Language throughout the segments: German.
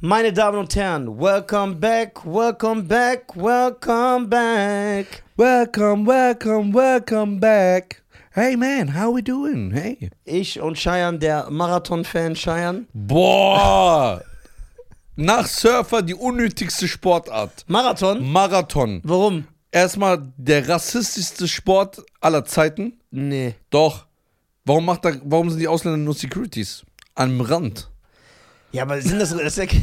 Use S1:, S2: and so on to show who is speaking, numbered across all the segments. S1: Meine Damen und Herren, welcome back, welcome back, welcome back.
S2: Welcome, welcome, welcome back. Hey man, how we doing? Hey.
S1: Ich und Cheyenne, der Marathon-Fan Cheyenne.
S2: Boah! Nach Surfer die unnötigste Sportart.
S1: Marathon?
S2: Marathon.
S1: Warum?
S2: Erstmal der rassistischste Sport aller Zeiten.
S1: Nee.
S2: Doch. Warum, macht da, warum sind die Ausländer nur Securities? Am Rand.
S1: Ja, aber sind das, das ist ja ke-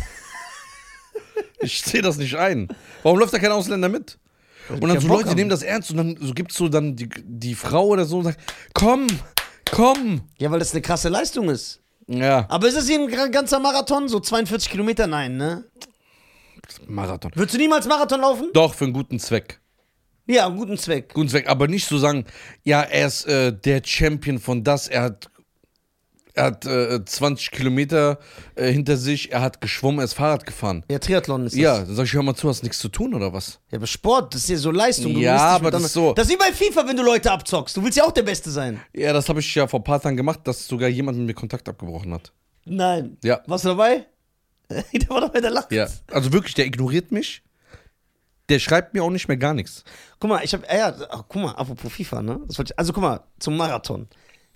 S2: Ich sehe das nicht ein. Warum läuft da kein Ausländer mit? Und dann
S1: keinen
S2: so
S1: Bock
S2: Leute
S1: haben.
S2: nehmen das ernst und dann so gibt es so dann die, die Frau oder so und sagt, komm, komm.
S1: Ja, weil das eine krasse Leistung ist.
S2: Ja,
S1: Aber ist das hier ein gra- ganzer Marathon? So 42 Kilometer? Nein, ne?
S2: Marathon.
S1: Würdest du niemals Marathon laufen?
S2: Doch, für einen guten Zweck.
S1: Ja, einen guten Zweck.
S2: Guten Zweck, aber nicht so sagen, ja, er ist äh, der Champion von das, er hat, er hat äh, 20 Kilometer äh, hinter sich, er hat geschwommen, er ist Fahrrad gefahren.
S1: Ja, Triathlon ist das.
S2: Ja, dann sag ich, hör mal zu, hast nichts zu tun oder was?
S1: Ja, aber Sport, das ist ja so Leistung.
S2: Ja,
S1: misst dich
S2: aber
S1: mit
S2: das
S1: anderen-
S2: ist so.
S1: Das ist wie bei FIFA, wenn du Leute abzockst. Du willst ja auch der Beste sein.
S2: Ja, das habe ich ja vor ein paar Tagen gemacht, dass sogar jemand mit mir Kontakt abgebrochen hat.
S1: Nein.
S2: Ja.
S1: Warst du dabei? der war dabei, der lacht.
S2: Ja, also wirklich, der ignoriert mich. Der schreibt mir auch nicht mehr gar nichts.
S1: Guck mal, ich habe, ja, ach, guck mal, apropos FIFA, ne? Das wollte ich, also guck mal, zum Marathon.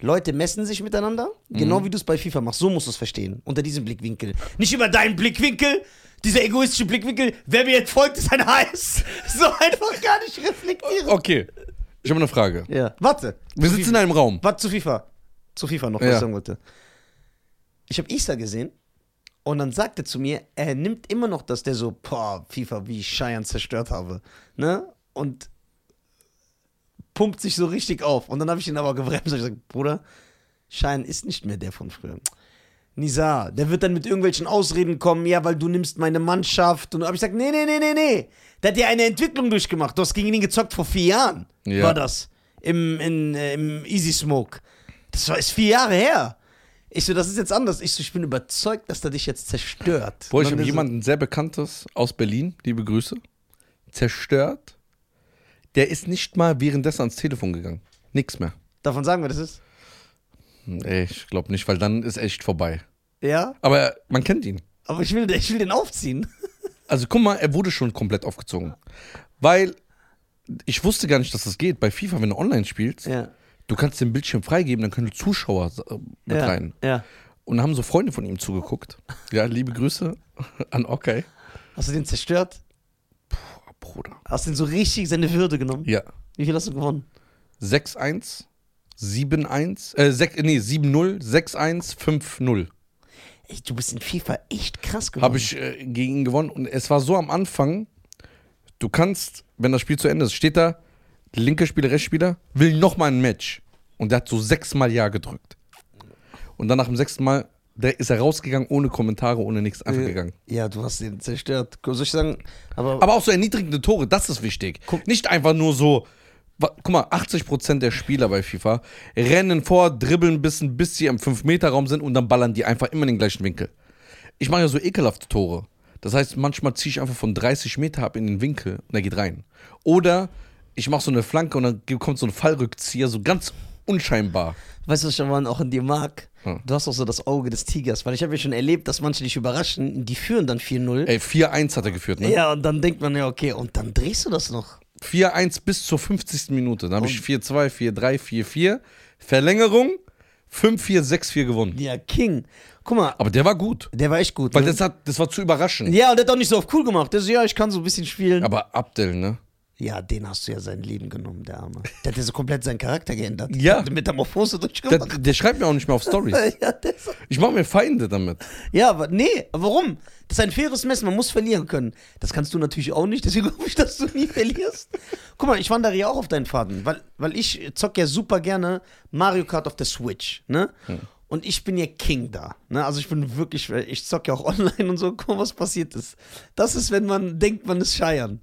S1: Leute messen sich miteinander, genau wie du es bei FIFA machst. So musst du es verstehen, unter diesem Blickwinkel. Nicht über deinen Blickwinkel, dieser egoistische Blickwinkel, wer mir jetzt folgt, ist ein Heiß. So einfach gar nicht reflektieren.
S2: Okay, ich habe eine Frage.
S1: Ja, warte. Zu
S2: Wir sitzen in
S1: FIFA.
S2: einem Raum.
S1: Warte, zu FIFA. Zu FIFA noch, was
S2: Ja.
S1: ich sagen wollte. Ich habe Isa gesehen und dann sagte zu mir, er nimmt immer noch das, der so, boah, FIFA, wie ich Cheyenne zerstört habe. Ne? Und pumpt sich so richtig auf. Und dann habe ich ihn aber gebremst und gesagt, Bruder, Cheyenne ist nicht mehr der von früher. Nisa, der wird dann mit irgendwelchen Ausreden kommen, ja, weil du nimmst meine Mannschaft. Und habe ich gesagt, nee, nee, nee, nee, nee. Der hat ja eine Entwicklung durchgemacht. Du hast gegen ihn gezockt vor vier Jahren.
S2: Ja.
S1: War das. Im, in, äh, Im Easy Smoke. Das war, ist vier Jahre her. Ich so, das ist jetzt anders. Ich so, ich bin überzeugt, dass der dich jetzt zerstört.
S2: Boah, ich
S1: Und dann
S2: habe
S1: ist so-
S2: jemanden sehr Bekanntes aus Berlin, liebe Grüße, zerstört. Der ist nicht mal währenddessen ans Telefon gegangen. Nix mehr.
S1: Davon sagen wir, das ist.
S2: Hm, Ey, ich glaube nicht, weil dann ist echt vorbei.
S1: Ja,
S2: Aber man kennt ihn.
S1: aber ich will, ich will den aufziehen.
S2: Also guck mal, er wurde schon komplett aufgezogen. Weil ich wusste gar nicht, dass das geht. Bei FIFA, wenn du online spielst,
S1: Ja.
S2: du kannst den Bildschirm freigeben, dann können Zuschauer äh, mit
S1: ja.
S2: rein.
S1: Ja.
S2: Und da haben so Freunde von ihm zugeguckt. Ja, liebe Grüße an Okay.
S1: Hast du den zerstört?
S2: Boah, Bruder.
S1: Hast du den so richtig seine Würde genommen?
S2: Ja.
S1: Wie viel hast du gewonnen?
S2: 6-1, 7-1, äh, 6, nee, 7-0, 6-1, 5-0.
S1: Ey, du bist in FIFA echt krass geworden.
S2: Habe ich äh, gegen ihn gewonnen. Und es war so am Anfang, du kannst, wenn das Spiel zu Ende ist, steht da, linker Spieler, Rechtsspieler, will nochmal ein Match. Und der hat so sechsmal Ja gedrückt. Und dann nach dem sechsten Mal der ist er rausgegangen, ohne Kommentare, ohne nichts, einfach gegangen.
S1: Ja, du hast den zerstört. Soll ich sagen, aber,
S2: Aber auch so erniedrigende Tore, das ist wichtig. Nicht einfach nur so. wa- Guck mal, 80% der Spieler bei FIFA rennen vor, dribbeln bis, bis sie im 5-Meter-Raum sind und dann ballern die einfach immer in den gleichen Winkel. Ich mache ja so ekelhafte Tore. Das heißt, manchmal ziehe ich einfach von 30 Meter ab in den Winkel und der geht rein. Oder ich mache so eine Flanke und dann kommt so ein Fallrückzieher, so ganz unscheinbar.
S1: weißt du, was ich aber auch an dir mag?
S2: Hm.
S1: Du hast auch so das Auge des Tigers, weil ich habe ja schon erlebt, dass manche dich überraschen, die führen dann 4-0.
S2: Ey, 4-1 hat er geführt, ne?
S1: Ja, und dann denkt man ja, okay, und dann drehst du das noch.
S2: 4-1 bis zur 50. Minute. Dann habe ich 4-2, 4-3, 4-4. Verlängerung, 5-4, 6-4 gewonnen.
S1: Ja, King. Guck mal,
S2: Aber der war gut.
S1: der war echt gut.
S2: Weil
S1: ne?
S2: das, hat, das war zu überraschend.
S1: ja, und der hat auch nicht so auf cool gemacht. Der so, ja, ich kann so ein bisschen spielen.
S2: Aber Abdel, ne?
S1: ja, den hast du ja sein Leben genommen, der Arme. Der hat ja so komplett seinen Charakter geändert.
S2: Ja.
S1: Der hat eine Metamorphose
S2: Der,
S1: durchgemacht.
S2: der schreibt mir auch nicht mehr auf Stories.
S1: ja, der ist
S2: Ich mache mir Feinde damit.
S1: Ja, aber nee, warum? Das ist ein faires Messen, man muss verlieren können. Das kannst du natürlich auch nicht, deswegen hoffe ich, dass du nie verlierst. Guck mal, ich wandere ja auch auf deinen Faden, weil, weil ich zock ja super gerne Mario Kart auf der Switch, ne? Und ich bin ja King da, ne? Also ich bin wirklich, ich zock ja auch online und so, guck mal, was passiert ist. Das ist, wenn man denkt, man ist scheiern.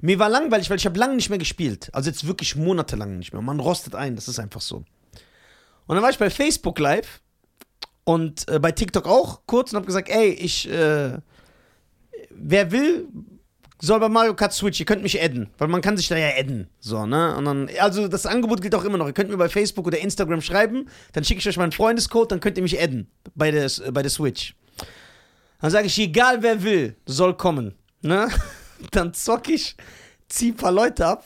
S1: Mir war langweilig, weil ich habe lange nicht mehr gespielt. Also jetzt wirklich monatelang nicht mehr. Man rostet ein, das ist einfach so. Und dann war ich bei Facebook Live und äh, bei TikTok auch kurz und habe gesagt, ey, ich, äh, wer will, soll bei Mario Kart Switch, ihr könnt mich adden, weil man kann sich da ja adden, so, ne? Und dann, also das Angebot gilt auch immer noch, ihr könnt mir bei Facebook oder Instagram schreiben, dann schicke ich euch meinen Freundescode, dann könnt ihr mich adden bei der, bei der Switch. Dann sage ich, egal wer will, soll kommen. Ne? Dann zock ich, zieh ein paar Leute ab.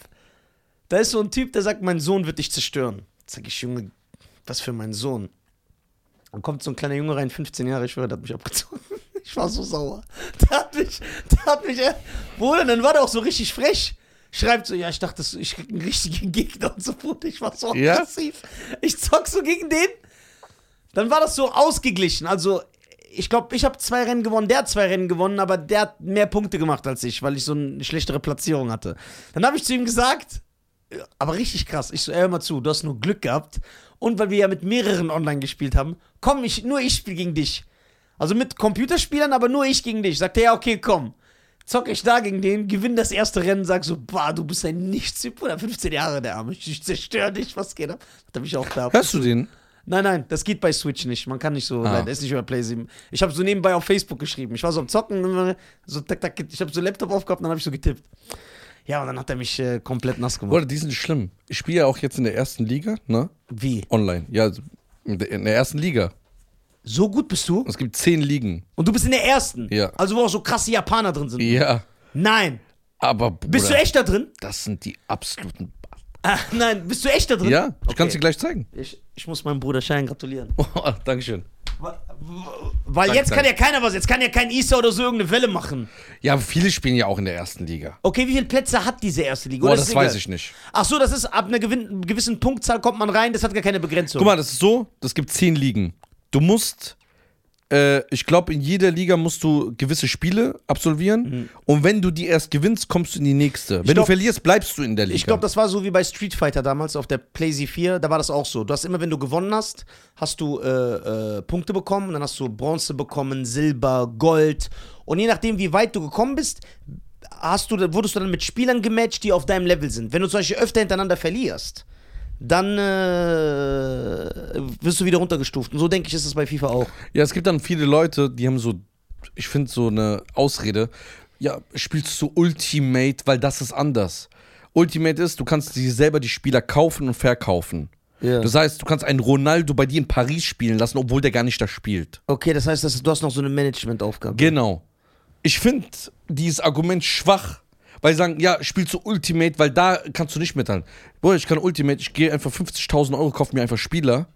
S1: Da ist so ein Typ, der sagt, mein Sohn wird dich zerstören. Sag ich, Junge, was für mein Sohn? Dann kommt so ein kleiner Junge rein, 15 Jahre, ich schwöre, der hat mich abgezogen. Ich war so sauer. Der hat mich, der hat mich, äh, Bruder, dann war der auch so richtig frech. Schreibt so, ja, ich dachte, so, ich krieg einen richtigen Gegner und so, Bruder, ich war so
S2: Ja?
S1: aggressiv. Ich zock so gegen den. Dann war das so ausgeglichen. Also, ich glaube, ich habe zwei Rennen gewonnen, der hat zwei Rennen gewonnen, aber der hat mehr Punkte gemacht als ich, weil ich so eine schlechtere Platzierung hatte. Dann habe ich zu ihm gesagt, aber richtig krass. Ich so, ey, hör mal zu, du hast nur Glück gehabt. Und weil wir ja mit mehreren online gespielt haben, komm, ich, nur ich spiele gegen dich. Also mit Computerspielern, aber nur ich gegen dich. Sagt er, ja, okay, komm. Zock ich da gegen den, gewinn das erste Rennen, sag so, bah, du bist ein Nichtstyp oder 15 Jahre, der Arme. Ich zerstöre dich, was geht ab? Hat er mich auch da.
S2: Hörst du den?
S1: Nein, nein, das geht bei Switch nicht. Man kann nicht so,
S2: Ah.
S1: leider ist nicht über Play 7. Ich habe so nebenbei auf Facebook geschrieben. Ich war so am Zocken, so tak, tak, ich habe so Laptop aufgehabt und dann habe ich so getippt. Ja, und dann hat er mich äh, komplett nass gemacht.
S2: Bruder, die sind schlimm. Ich spiele ja auch jetzt in der ersten Liga, ne?
S1: Wie?
S2: Online. Ja, in der in der ersten Liga.
S1: So gut bist du?
S2: Es gibt zehn Ligen.
S1: Und du bist in der ersten?
S2: Ja.
S1: Also, wo auch so krasse Japaner drin sind?
S2: Ja.
S1: Nein.
S2: Aber Bruder,
S1: Bist du echt da drin?
S2: das sind die absoluten. Ba
S1: Ah, nein, bist du echt da drin?
S2: ja, ich
S1: Okay.
S2: kann es dir gleich zeigen.
S1: Ich, ich muss meinem Bruder Schein gratulieren.
S2: Oh, Dankeschön.
S1: Wa- wa- Weil
S2: Danke,
S1: jetzt kann
S2: danke.
S1: ja keiner was, jetzt kann ja kein Isa oder so irgendeine Welle machen.
S2: Ja, aber viele spielen ja auch in der ersten Liga.
S1: Okay, wie viele Plätze hat diese erste Liga?
S2: Boah,
S1: Oder ist
S2: das
S1: es
S2: weiß
S1: egal?
S2: ich nicht.
S1: Ach so, das ist ab einer gewin- gewissen Punktzahl kommt man rein, das hat gar keine Begrenzung.
S2: Guck mal, das ist so, das gibt zehn Ligen. Du musst, äh, ich glaube, in jeder Liga musst du gewisse Spiele absolvieren. Und wenn du die erst gewinnst, kommst du in die nächste. Wenn
S1: Mhm. glaub-
S2: du verlierst, bleibst du in der Liga.
S1: Ich glaube, das war so wie bei Street Fighter damals auf der PlayZ 4. Da war das auch so. Du hast immer, wenn du gewonnen hast, hast du äh, äh, Punkte bekommen. und Dann hast du Bronze bekommen, Silber, Gold. Und je nachdem, wie weit du gekommen bist, hast du, wurdest du dann mit Spielern gematcht, die auf deinem Level sind. Wenn du zum Beispiel öfter hintereinander verlierst, dann äh, wirst du wieder runtergestuft. Und so denke ich, ist es bei FIFA auch.
S2: Ja, es gibt dann viele Leute, die haben so, ich finde so eine Ausrede. Ja, spielst du Ultimate, weil das ist anders. Ultimate ist, du kannst dir selber die Spieler kaufen und verkaufen.
S1: Ja.
S2: Das heißt, du kannst einen Ronaldo bei dir in Paris spielen lassen, obwohl der gar nicht da spielt.
S1: Okay, das heißt, dass du hast noch so eine Managementaufgabe.
S2: Genau. Ich finde dieses Argument schwach, weil sie sagen, ja, spielst du Ultimate, weil da kannst du nicht mithalten. Boah, ich kann Ultimate, ich gehe einfach 50.000 Euro, kaufe mir einfach Spieler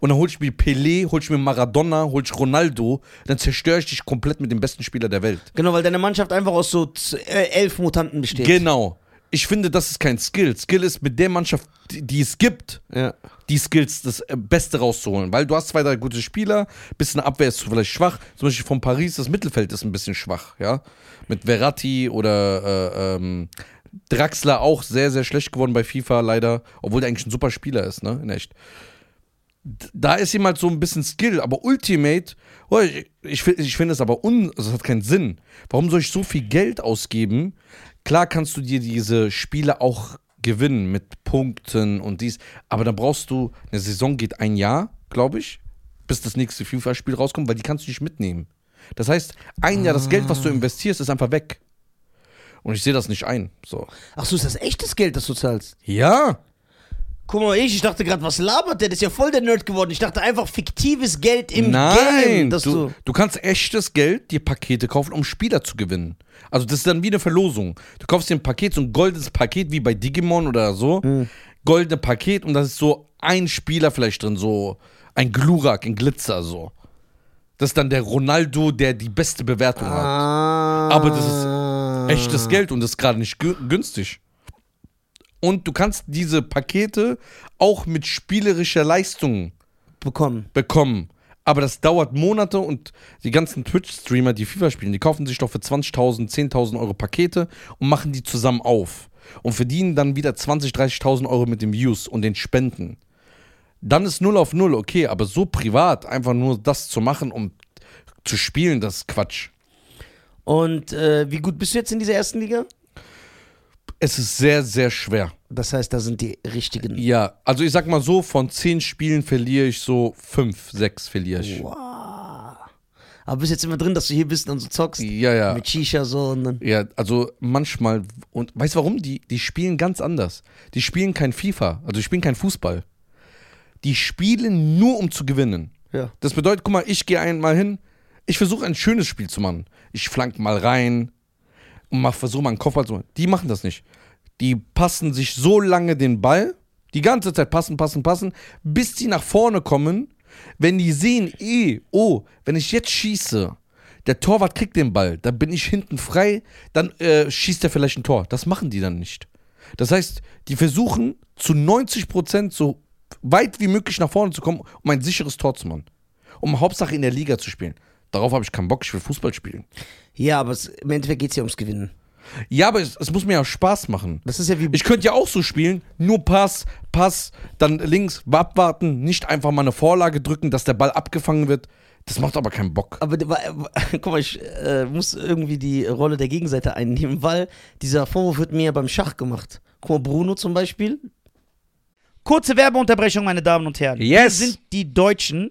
S2: und dann hol ich mir Pelé, hol ich mir Maradona, hol ich Ronaldo, dann zerstöre ich dich komplett mit dem besten Spieler der Welt.
S1: Genau, weil deine Mannschaft einfach aus so z- äh, elf Mutanten besteht.
S2: Genau. Ich finde, das ist kein Skill. Skill ist mit der Mannschaft, die, die es gibt,
S1: ja.
S2: die Skills das äh, Beste rauszuholen. Weil du hast zwei, drei gute Spieler, bisschen Abwehr ist vielleicht schwach. Zum Beispiel von Paris, das Mittelfeld ist ein bisschen schwach, ja. Mit Verratti oder äh, ähm, Draxler auch sehr, sehr schlecht geworden bei FIFA, leider. Obwohl der eigentlich ein super Spieler ist, ne? In echt. D- Da ist jemand so ein bisschen Skill, aber Ultimate, oh, ich, ich, fi- ich finde es aber un, also das hat keinen Sinn. Warum soll ich so viel Geld ausgeben? Klar kannst du dir diese Spiele auch gewinnen mit Punkten und dies, aber dann brauchst du, eine Saison geht ein Jahr, glaube ich, bis das nächste FIFA-Spiel rauskommt, weil die kannst du nicht mitnehmen. Das heißt, ein Jahr das Geld, was du investierst, ist einfach weg. Und ich sehe das nicht ein. So.
S1: Ach so, ist das echtes Geld, das du zahlst?
S2: Ja.
S1: Guck mal, ich, ich dachte gerade, was labert der? Das ist ja voll der Nerd geworden. Ich dachte einfach fiktives Geld im Game.
S2: Nein,
S1: dass
S2: du, du kannst echtes Geld dir Pakete kaufen, um Spieler zu gewinnen. Also das ist dann wie eine Verlosung. Du kaufst dir ein Paket, so ein goldenes Paket wie bei Digimon oder so.
S1: Hm.
S2: Goldene Paket und da ist so ein Spieler vielleicht drin, so ein Glurak, ein Glitzer so. Das ist dann der Ronaldo, der die beste Bewertung hat.
S1: Ah.
S2: Aber das ist Echtes Geld und das ist gerade nicht gü- günstig. Und du kannst diese Pakete auch mit spielerischer Leistung
S1: Bekommen.
S2: bekommen. Aber das dauert Monate und die ganzen Twitch-Streamer, die FIFA spielen, die kaufen sich doch für 20.000, 10.000 Euro Pakete und machen die zusammen auf. Und verdienen dann wieder 20.000, 30.000 Euro mit den Views und den Spenden. Dann ist null auf null okay, aber so privat einfach nur das zu machen, um zu spielen, das ist Quatsch.
S1: Und äh, wie gut bist du jetzt in dieser ersten Liga?
S2: Es ist sehr, sehr schwer.
S1: Das heißt, da sind die richtigen.
S2: Ja, also ich sag mal so, von 10 Spielen verliere ich so 5, 6 verliere ich.
S1: Wow. Aber bist jetzt immer drin, dass du hier bist und so zockst.
S2: Ja, ja.
S1: Mit Shisha so und dann.
S2: Ja, also manchmal. Und weißt du warum? Die, die spielen ganz anders. Die spielen kein FIFA, also die spielen kein Fußball. Die spielen nur, um zu gewinnen.
S1: Ja.
S2: Das bedeutet, guck mal, ich gehe einmal hin, Ich versuche ein schönes Spiel zu machen. Ich flank mal rein und mal versuche mal einen Kopfball zu machen. Die machen das nicht. Die passen sich so lange den Ball, die ganze Zeit passen, passen, passen, bis die nach vorne kommen. Wenn die sehen, eh, oh, wenn ich jetzt schieße, der Torwart kriegt den Ball, dann bin ich hinten frei, dann äh, schießt er vielleicht ein Tor. Das machen die dann nicht. Das heißt, die versuchen zu 90 Prozent so weit wie möglich nach vorne zu kommen, um ein sicheres Tor zu machen. Um Hauptsache in der Liga zu spielen. Darauf habe ich keinen Bock, ich will Fußball spielen.
S1: Ja, aber es, im Endeffekt geht es ja ums Gewinnen.
S2: Ja, aber es, es muss mir ja Spaß machen.
S1: Das ist ja wie.
S2: Ich könnte ja auch so spielen, nur Pass, Pass, dann links, abwarten, nicht einfach mal eine Vorlage drücken, dass der Ball abgefangen wird. Das macht aber keinen Bock.
S1: aber der war- guck mal, ich äh, muss irgendwie die Rolle der Gegenseite einnehmen, weil dieser Vorwurf wird mir ja beim Schach gemacht. Guck mal, Bruno zum Beispiel.
S3: Kurze Werbeunterbrechung, meine Damen und Herren.
S2: Yes.
S3: Wir sind die Deutschen.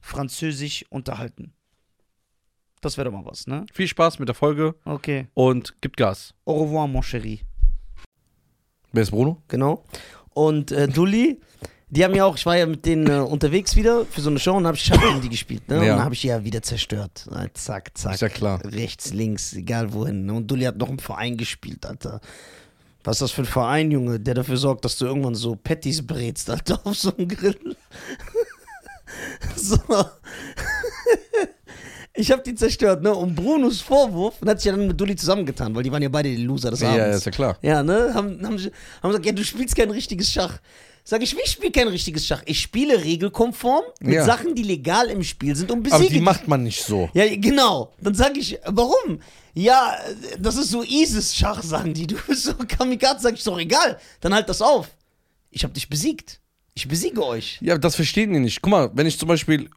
S3: Französisch unterhalten. Das wäre doch mal was, ne?
S2: Viel Spaß mit der Folge
S3: Okay.
S2: und gibt Gas.
S3: Au revoir, mon chéri.
S2: Wer ist Bruno?
S1: Genau. Und äh, Dulli, die haben ja auch, ich war ja mit denen äh, unterwegs wieder für so eine Show und habe Schach gegen die gespielt. Ne? Und
S2: Ja.
S1: dann habe ich die ja wieder zerstört. Äh, Zack, zack.
S2: Ist ja klar.
S1: Rechts, links, egal wohin. ne? Und Dulli hat noch im Verein gespielt, Alter. Was ist das für ein Verein, Junge, der dafür sorgt, dass du irgendwann so Patties brätst, Alter, auf so einem Grill? so. Ich habe die zerstört, ne? Und Brunos Vorwurf und hat sich ja dann mit Dulli zusammengetan, weil die waren ja beide die Loser des Abends.
S2: Ja, ist ja klar.
S1: Ja, ne? Haben, haben, sie- haben gesagt, ja, du spielst kein richtiges Schach. Sag ich, ich spiele kein richtiges Schach. Ich spiele regelkonform mit
S2: Ja.
S1: Sachen, die legal im Spiel sind und
S2: Aber
S1: besiege
S2: die macht man nicht so.
S1: ja, genau. Dann sage ich, warum? Ja, das ist so ISIS-Schach, sagen die. Du bist so Kamikaze, sag ich, ist doch egal. Dann halt das auf. Ich hab dich besiegt. Ich besiege euch.
S2: Ja, das verstehen die nicht. Guck mal, wenn ich zum Beispiel,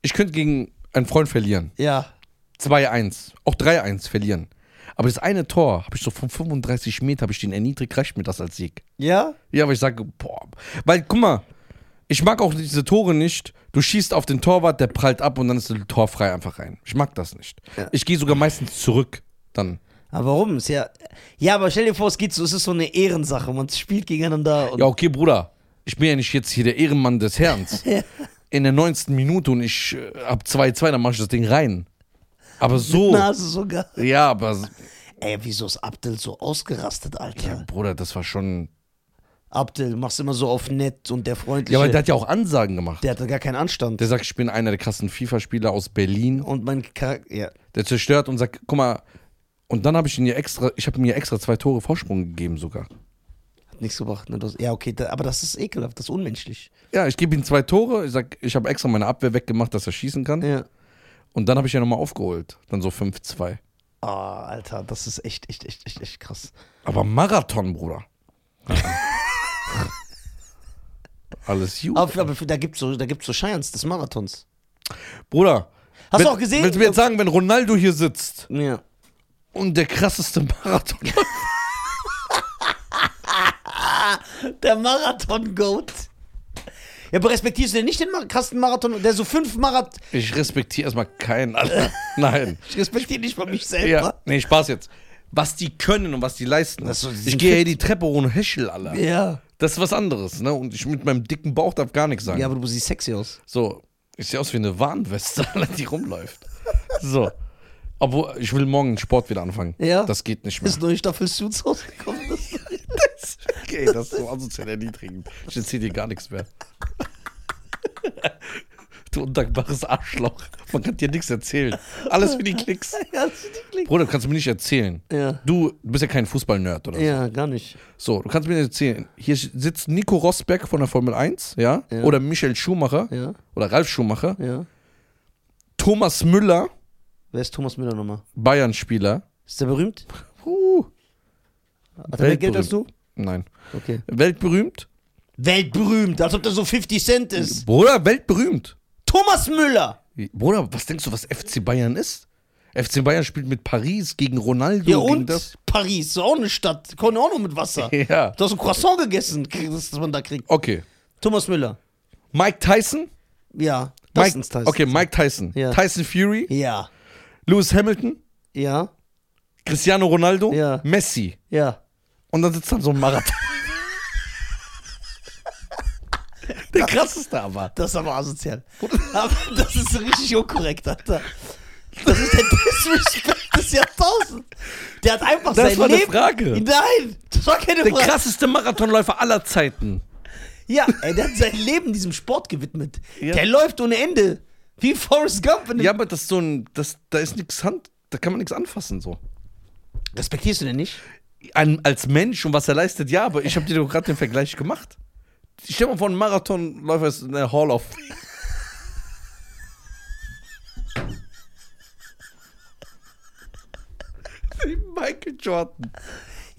S2: ich könnte gegen einen Freund verlieren.
S1: Ja.
S2: 2-1, auch 3-1 verlieren. Aber das eine Tor habe ich so von 35 Meter, habe ich den erniedrigt, reicht mir das als Sieg.
S1: Ja?
S2: Ja, aber ich sage, boah. Weil, guck mal, ich mag auch diese Tore nicht. Du schießt auf den Torwart, der prallt ab und dann ist der Tor frei einfach rein. Ich mag das nicht. Ich gehe sogar meistens zurück dann.
S1: Aber warum? Ist ja. Ja, aber stell dir vor, es geht so, es ist so eine Ehrensache. Man spielt gegeneinander und
S2: Ja, okay, Bruder. Ich bin ja nicht jetzt hier der Ehrenmann des Herrens. In der 19. Minute und ich äh, hab 2-2, dann mache ich das Ding rein. Aber so.
S1: Nase sogar.
S2: Ja, aber. s-
S1: Ey, wieso ist Abdel so ausgerastet, Alter?
S2: Bruder, das war schon.
S1: Abdel, machst immer so auf nett und der freundliche.
S2: Ja, weil der hat ja auch Ansagen gemacht.
S1: der hatte gar keinen Anstand.
S2: Der sagt, ich bin einer der krassen FIFA-Spieler aus Berlin.
S1: und mein Charakter. Ja.
S2: Der zerstört und sagt, guck mal. Und dann habe ich ihn ja extra, ich habe mir extra zwei Tore Vorsprung gegeben sogar.
S1: Hat nichts gebracht. Ne? Das, ja, okay, da, aber das ist ekelhaft, das ist unmenschlich.
S2: Ja, ich gebe ihm zwei Tore. Ich sag, ich habe extra meine Abwehr weggemacht, dass er schießen kann.
S1: Ja.
S2: Und dann habe ich ja nochmal aufgeholt. Dann so 5-2.
S1: Ah, Alter, das ist echt, echt, echt, echt, echt krass.
S2: Aber Marathon, Bruder. Alles gut.
S1: Aber, aber da gibt es so, da gibt's so Scheins des Marathons.
S2: Bruder.
S1: Hast
S2: wenn,
S1: du auch gesehen?
S2: Willst du mir jetzt sagen, wenn Ronaldo hier sitzt
S1: Ja.
S2: und der krasseste Marathon.
S1: Der Marathon-Goat. Ja, aber respektierst du denn nicht den Mar krassen Marathon, der so fünf Marathon.
S2: Ich respektiere erstmal keinen, Alter. Nein.
S1: Ich respektiere nicht von mich selber.
S2: Ja. Nee, Spaß jetzt. Was die können und was die leisten.
S1: Das ist so, die
S2: ich
S1: sind
S2: gehe
S1: fit.
S2: hier die Treppe ohne Heschel, Alter.
S1: Ja.
S2: Das ist was anderes, ne? Und ich mit meinem dicken Bauch darf gar nichts sagen.
S1: Ja, aber du siehst sexy aus.
S2: So, ich sehe aus wie eine Warnweste, Alter, die rumläuft. So. Obwohl, ich will morgen Sport wieder anfangen.
S1: Ja.
S2: Das geht nicht mehr.
S1: Ist neue Staffel Suits rausgekommen. Das-
S2: Okay, das ist so asozial erniedrigend. Ich erzähl dir gar nichts mehr. Du undankbares Arschloch. Man kann dir nichts erzählen. Alles für die Klicks.
S1: ja, das ist nicht
S2: Bruder, du kannst mir nicht erzählen.
S1: Ja.
S2: Du bist ja kein Fußball-Nerd, oder?
S1: ja, gar nicht.
S2: So, du kannst mir nicht erzählen. Hier sitzt Nico Rosberg von der Formel 1, ja? Oder Michael Schumacher.
S1: Ja.
S2: Oder Ralf Schumacher.
S1: Ja.
S2: Thomas Müller,
S1: Wer ist Thomas Müller nochmal?
S2: Bayern-Spieler.
S1: Ist der berühmt?
S2: Uh,
S1: Hat er mehr Geld als du?
S2: Nein.
S1: Okay.
S2: Weltberühmt?
S1: Weltberühmt, als ob der so 50 Cent ist.
S2: Bruder, weltberühmt.
S1: Thomas Müller!
S2: Bruder, was denkst du, was FC Bayern ist? FC Bayern spielt mit Paris gegen Ronaldo.
S1: Ja
S2: gegen
S1: und? Paris, ist auch eine Stadt. Kommt auch noch mit Wasser.
S2: Ja.
S1: Du hast ein Croissant gegessen, das das man da kriegt.
S2: Okay.
S1: Thomas Müller.
S2: Mike Tyson?
S1: Ja.
S2: Mike,
S1: ist Tyson.
S2: Okay, Mike Tyson.
S1: Ja.
S2: Tyson Fury?
S1: Ja.
S2: Lewis Hamilton?
S1: Ja.
S2: Cristiano Ronaldo?
S1: Ja.
S2: Messi?
S1: Ja.
S2: Und dann sitzt dann so ein Marathon. Der krasseste aber.
S1: Das ist aber asozial. Aber das ist so richtig unkorrekt, Alter. Das ist der Disrespect des Jahrtausends. Der hat einfach
S2: Das
S1: sein
S2: war eine
S1: Leben.
S2: Frage.
S1: Nein, das war keine
S2: Der
S1: Frage.
S2: krasseste Marathonläufer aller Zeiten.
S1: Ja, ey, der hat sein Leben diesem Sport gewidmet.
S2: Ja.
S1: Der läuft ohne Ende. Wie Forrest Gump. In dem-
S2: Ja, aber das ist so ein. Das, da ist nichts Hand. Da kann man nichts anfassen so.
S1: Respektierst du den nicht?
S2: Ein, als Mensch und was er leistet, ja, aber ich habe dir doch gerade den Vergleich gemacht. Ich stell mal vor, ein Marathonläufer ist in der Hall of Fame. Wie Michael Jordan.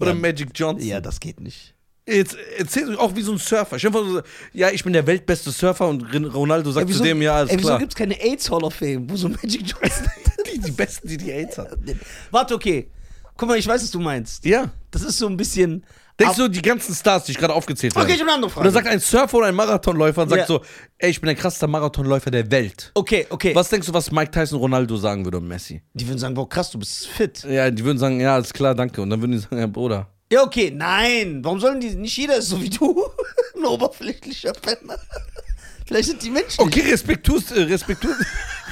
S2: Oder Magic Johnson.
S1: Ja, das geht nicht.
S2: Jetzt erzähl du auch wie so ein Surfer. Stell dir vor, so, ja, ich bin der weltbeste Surfer und Rin- Ronaldo sagt zu dem, ja, alles
S1: ey, wieso
S2: klar.
S1: gibt es keine AIDS Hall of Fame, wo so Magic Johnson.
S2: Die, die Besten, die die AIDS hat.
S1: Warte, okay. Guck mal, ich weiß, was du meinst.
S2: Ja.
S1: Das ist so ein bisschen.
S2: Denkst du, die ganzen Stars, die ich gerade aufgezählt habe?
S1: Okay, ich hab eine andere
S2: Und dann
S1: Frage.
S2: sagt ein Surfer oder ein Marathonläufer und sagt
S1: Ja.
S2: so, ey, ich bin der krasseste Marathonläufer der Welt.
S1: Okay, okay.
S2: Was denkst du, was Mike Tyson Ronaldo sagen würde und Messi?
S1: Die würden sagen, boah, krass, du bist fit.
S2: Ja, die würden sagen, ja, alles klar, danke. Und dann würden die sagen, ja, Bruder.
S1: Ja, okay, nein. Warum sollen die. Nicht jeder ist so wie du. Ein oberflächlicher Penner. Vielleicht sind die Menschen.
S2: Okay, respektust, äh, respektust.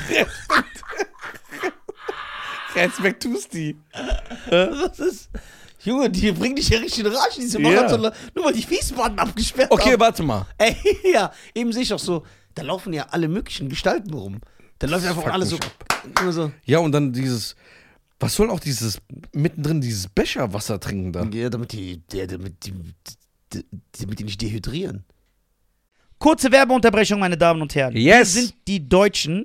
S2: respektust die.
S1: Das ist. Junge, die bringen dich ja richtig in Rage, diese
S2: Ja.
S1: Marathon. ne? Nur weil die Wiesbaden abgesperrt
S2: Okay,
S1: haben.
S2: warte mal.
S1: Ey, ja, eben sehe ich doch so, da laufen ja alle möglichen Gestalten rum. Da läuft einfach
S2: fuckt
S1: alles so,
S2: mich
S1: immer so.
S2: Ja, und dann dieses, was soll auch dieses, mittendrin dieses Becherwasser trinken da?
S1: Ja, damit die, ja, damit die, d- damit die nicht dehydrieren.
S3: Kurze Werbeunterbrechung, meine Damen und Herren.
S2: Yes.
S3: Wir sind die Deutschen.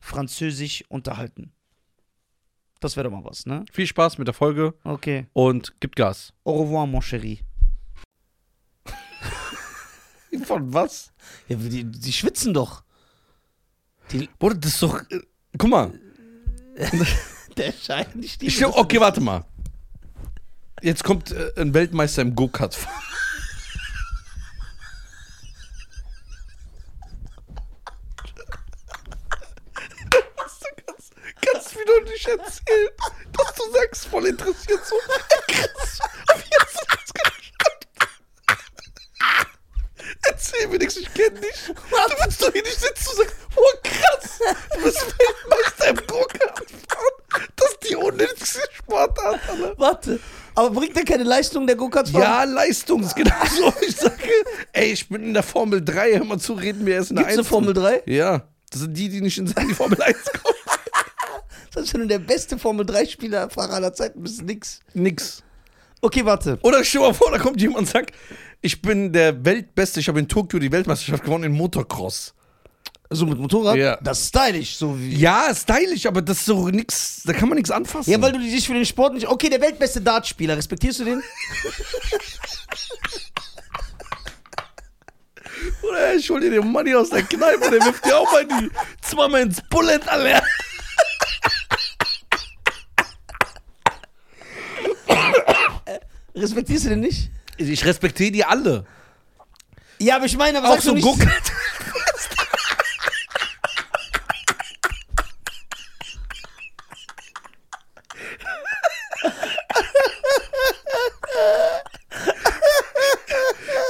S3: Französisch unterhalten. Das wäre doch mal was, ne?
S2: Viel Spaß mit der Folge
S3: Okay.
S2: und gibt Gas.
S3: Au revoir, mon chéri.
S2: Von was?
S1: Ja, die, die schwitzen doch.
S2: Bruder, das ist doch. äh, Guck mal.
S1: Der scheint nicht
S2: Ich, okay, warte mal. Jetzt kommt äh, ein Weltmeister im Go-Kart. Kannst du mir doch nicht erzählen, dass du sagst, voll interessiert so. Krass. Jetzt das gar nicht Erzähl mir nichts, ich kenn dich. Du willst doch hier nicht sitzen und sagst, oh krass, du bist Weltmeister im Go-Kart. Das ist die unnötigste Sportart, Alter.
S1: Warte, aber bringt er keine Leistung der Go-Karts
S2: Ja, Leistung ist genau so. Ich sage, ey, ich bin in der Formel 3, hör mal zu, reden wir erst in der
S1: Gibt's eine
S2: 1.
S1: Formel 3?
S2: Ja, das sind die, die nicht in die Formel 1 kommen.
S1: Das ist ja nun der beste Formel 3-Spieler, Fahrer aller Zeiten, bis nix.
S2: Nix.
S1: Okay, warte.
S2: Oder stell dir mal vor, da kommt jemand und sagt, ich bin der Weltbeste, ich habe in Tokio die Weltmeisterschaft gewonnen in Motocross.
S1: So mit Motorrad?
S2: Ja.
S1: Das ist stylisch, so wie.
S2: Ja, stylisch, aber das ist so nix, da kann man nichts anfassen.
S1: Ja, weil du dich für den Sport nicht. Okay, der weltbeste Dartspieler, respektierst du den?
S2: Oder ich hol dir den Money aus der Kneipe und der wirft dir auch mal die zweimal ins Bullet, Alter.
S1: Respektierst du den nicht?
S2: Ich respektiere die alle.
S1: Ja, aber ich meine, aber
S2: Auch
S1: sagst du
S2: so
S1: nicht,
S2: Guckert.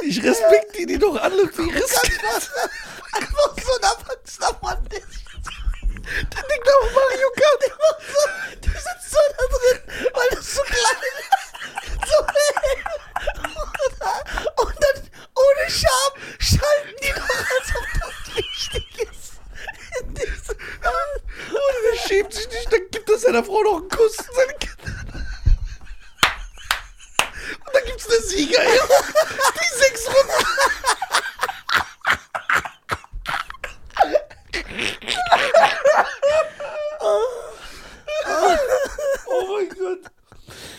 S2: Ich respektiere die doch alle. Wie riskant.
S1: Einfach so ein erwachsener Mann, der
S2: Der denkt auch Mario Kart.
S1: Du sitzt so da drin, weil das so klein ist. So hell. Und dann- Und dann ohne Scham schalten die noch, als ob das wichtig ist.
S2: Oder der schämt sich nicht, dann gibt er seiner Frau noch einen Kuss. Seine Kinder. Und dann gibt's eine Sieger. Ja. Die sechs Runden.
S1: Oh mein Gott.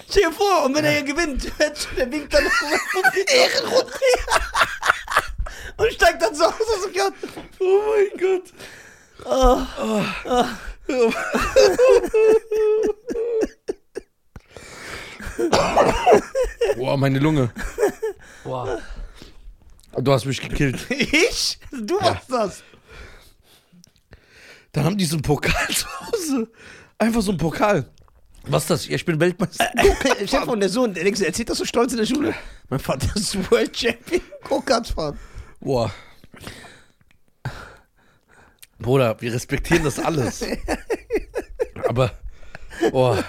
S1: Stell dir vor, und wenn er hier gewinnt, der winkt dann noch Ehrenrunde. Und steigt dann so aus. Also, Gott.
S2: Oh mein Gott.
S1: Oh.
S2: Boah, meine Lunge. Boah. Du hast mich gekillt.
S1: Ich? Du machst das.
S2: Dann haben die so einen Pokal zu Hause. Einfach so einen Pokal. Was ist das? Ja, ich bin
S1: Äh.
S2: Weltmeister.
S1: Chef und der Sohn, der denkst, du, erzählt das so stolz in der Schule. Mein Vater ist World Champion. Go-Kart-Fahren.
S2: Boah. Bruder, wir respektieren das alles. Aber. Boah.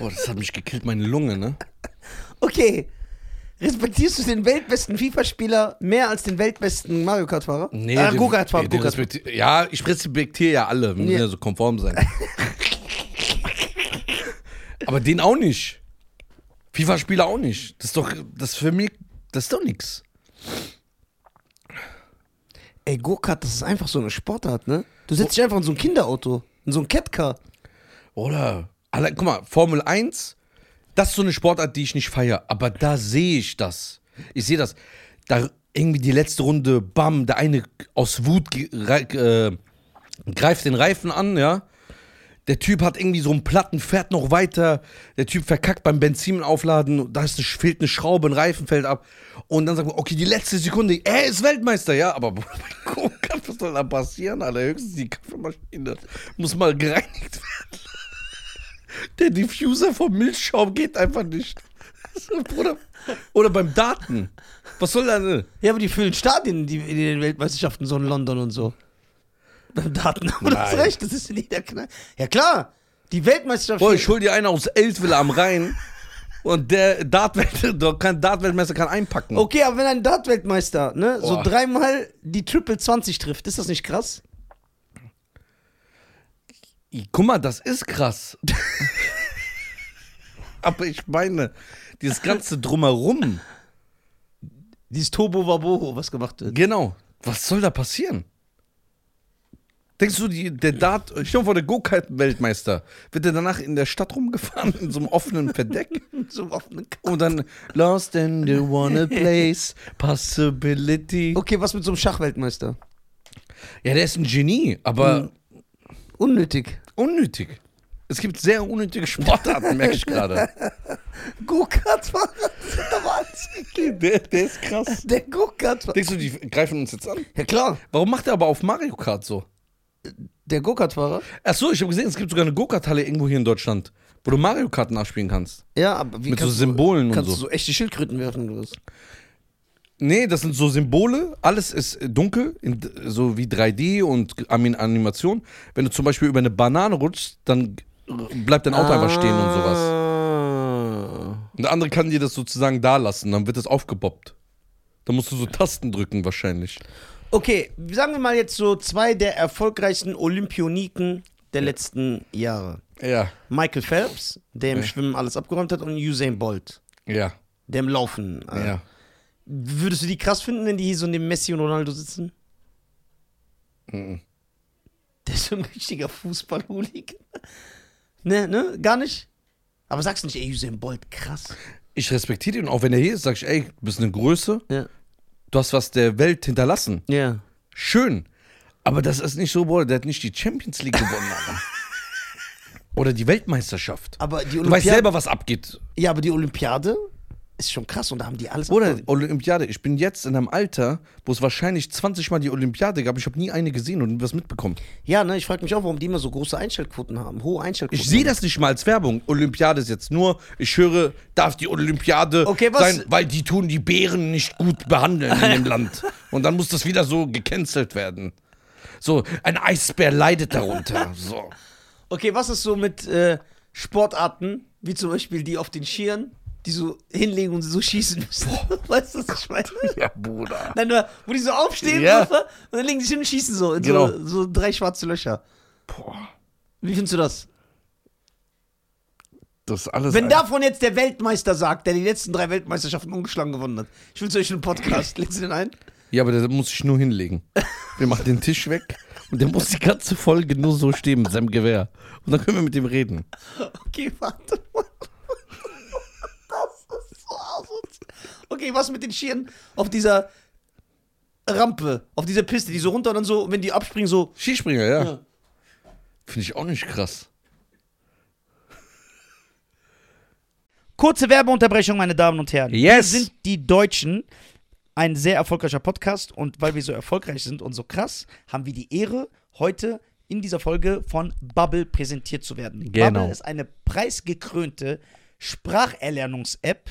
S2: Boah, das hat mich gekillt, meine Lunge, ne?
S1: Okay. Respektierst du den weltbesten FIFA-Spieler mehr als den weltbesten Mario Kart-Fahrer?
S2: Nee,
S1: ah,
S2: den-
S1: Go-Kart-Fahrer.
S2: den
S1: Go-Kart.
S2: respekti- Ja, ich respektiere ja alle. Wir müssen
S1: Ja.
S2: ja so konform sein. Aber den auch nicht. FIFA-Spieler auch nicht. Das ist doch, das ist für mich, das ist doch nix.
S1: Ey, Go-Kart, das ist einfach so eine Sportart, ne? Du setzt dich einfach in so ein Kinderauto, in so ein Catcar.
S2: Oder? Allein, guck mal, Formel 1, das ist so eine Sportart, die ich nicht feiere. Aber da sehe ich das. Ich sehe das. Da irgendwie die letzte Runde, bam, der eine aus Wut ge- rei- äh, greift den Reifen an, ja. Der Typ hat irgendwie so einen Platten, fährt noch weiter. Der Typ verkackt beim Benzin aufladen. Da ist eine, fehlt eine Schraube, ein Reifen fällt ab. Und dann sagt man, okay, die letzte Sekunde, er ist Weltmeister, ja. Aber Bruder, bei Go-Kart, was soll da passieren, Alter? Höchstens die Kaffeemaschine muss mal gereinigt werden. Der Diffuser vom Milchschaum geht einfach nicht. So, Bruder. Oder beim Daten. Was soll da denn?
S1: Ja, aber die füllen Stadien die, in den Weltmeisterschaften, so in London und so. Beim Daten haben wir das
S2: Nein.
S1: recht, das ist in jeder Knall. Ja, klar. Die Weltmeisterschaft.
S2: Boah, ich hol dir einen aus Eltville am Rhein. Und der Dartweltmeister kann, Dartweltmeister kann einpacken.
S1: Okay, aber wenn ein Dart-Weltmeister ne, so
S2: Boah.
S1: dreimal die Triple 20 trifft, ist das nicht krass?
S2: I, Guck mal, das ist krass. Aber ich meine, dieses ganze Drumherum.
S1: Dieses Turbo Waboho, was gemacht wird.
S2: Genau. Was soll da passieren? Denkst du, die, der Dart, ich vor, der Go-Kart-Weltmeister, wird der danach in der Stadt rumgefahren, in so einem offenen Verdeck?
S1: So auf einen Ka-
S2: Und dann Lost in the Wanna Place, Possibility.
S1: okay, was mit so einem Schachweltmeister?
S2: Ja, der ist ein Genie, aber
S1: Unnötig.
S2: unnötig. Es gibt sehr unnötige Sportarten, merke ich gerade.
S1: Go-Kart-Fahrer hat aber alles gegeben.
S2: Der, der ist krass.
S1: Der Go-Kart-Fahrer.
S2: Denkst du, die greifen uns jetzt an?
S1: Ja, klar.
S2: Warum macht er aber auf Mario Kart so?
S1: Der Go-Kart-Fahrer?
S2: Achso, ich habe gesehen, es gibt sogar eine Go-Kart-Halle irgendwo hier in Deutschland, wo du Mario Kart nachspielen kannst.
S1: Ja, aber wie
S2: Mit so
S1: kannst
S2: Symbolen
S1: du,
S2: und
S1: kannst
S2: so.
S1: du so echte Schildkröten werfen oder was?
S2: Nee, das sind so Symbole. Alles ist äh, dunkel, in, d- so wie 3D und g- Anim- Animation. Wenn du zum Beispiel über eine Banane rutschst, dann äh, bleibt dein Auto einfach stehen und sowas.
S1: Ah. sowas.
S2: Und der andere kann dir das sozusagen da lassen, dann wird das aufgebobbt. Da musst du so Tasten drücken wahrscheinlich.
S1: Okay, sagen wir mal jetzt so zwei der erfolgreichsten Olympioniken der letzten Jahre.
S2: Ja,
S1: Michael Phelps, der im Schwimmen alles abgeräumt hat, und Usain Bolt,
S2: ja,
S1: der im Laufen. äh,
S2: ja.
S1: Würdest du die krass finden, wenn die hier so neben Messi und Ronaldo sitzen? Der ist so ein richtiger Fußball-Hooligan. Ne, ne? Gar nicht? Aber sagst du nicht, ey, Usain Bolt, krass.
S2: Ich respektiere ihn, auch wenn er hier ist, sag ich, ey, du bist eine Größe,
S1: Ja.
S2: du hast was der Welt hinterlassen.
S1: Ja.
S2: Schön. Aber das ist nicht so, Bruder, der hat nicht die Champions League gewonnen. Alter. Oder die Weltmeisterschaft.
S1: Aber die
S2: Du weißt
S1: Olympiade.
S2: selber, was abgeht.
S1: Ja, aber die Olympiade ist schon krass und da haben die alles.
S2: Oder
S1: abgeräumt.
S2: Olympiade. Ich bin jetzt in einem Alter, wo es wahrscheinlich 20 Mal die Olympiade gab. Ich habe nie eine gesehen und was mitbekommen.
S1: Ja, ne, ich frage mich auch, warum die immer so große Einstellquoten haben, hohe Einstellquoten.
S2: Ich sehe
S1: haben.
S2: das nicht mal als Werbung. Olympiade ist jetzt nur, ich höre, darf die Olympiade
S1: Okay, was-
S2: sein, weil die tun die Bären nicht gut behandeln in dem Land. Und dann muss das wieder so gecancelt werden. So, ein Eisbär leidet darunter. So.
S1: Okay, was ist so mit äh, Sportarten, wie zum Beispiel die auf den Skiern, die so hinlegen und so schießen müssen? Weißt du, was ich meine?
S2: Ja, Bruder.
S1: Nein, nur, wo die so aufstehen
S2: Ja.
S1: so, und dann legen die sich hin und schießen so in so,
S2: Genau.
S1: so drei schwarze Löcher.
S2: Boah,
S1: Wie findest du das?
S2: das ist alles.
S1: Wenn
S2: ein-
S1: davon jetzt der Weltmeister sagt, der die letzten drei Weltmeisterschaften ungeschlagen gewonnen hat. Ich will zu euch einen Podcast. Legst du den ein?
S2: ja, aber der muss sich nur hinlegen. Wir machen den Tisch weg und der muss die ganze Folge nur so stehen mit seinem Gewehr. Und dann können wir mit dem reden.
S1: Okay, warte mal. Das ist so asozial. Okay, was mit den Schieren auf dieser Rampe, auf dieser Piste, die so runter und dann so, wenn die abspringen, so.
S2: Skispringer, ja.
S1: Ja.
S2: Finde ich auch nicht krass.
S3: Kurze Werbeunterbrechung, meine Damen und Herren.
S2: Yes.
S3: Wir sind die Deutschen. Ein sehr erfolgreicher Podcast und weil wir so erfolgreich sind und so krass, haben wir die Ehre, heute in dieser Folge von Bubble präsentiert zu werden.
S2: Genau.
S3: Bubble ist eine preisgekrönte Spracherlernungs-App,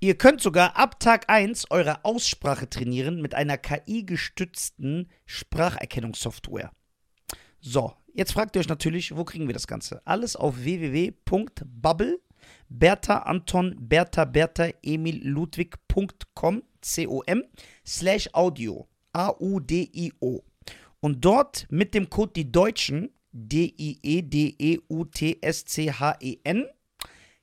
S3: Ihr könnt sogar ab Tag 1 eure Aussprache trainieren mit einer KI-gestützten Spracherkennungssoftware. So, jetzt fragt ihr euch natürlich, wo kriegen wir das Ganze? Alles auf www.bubble, Bertha Anton, Bertha Bertha Emil Ludwig.com, C-O-M, slash Audio, A-U-D-I-O. Und dort mit dem Code die Deutschen, E D-I-E-D-E-U-T-S-C-H-E-N,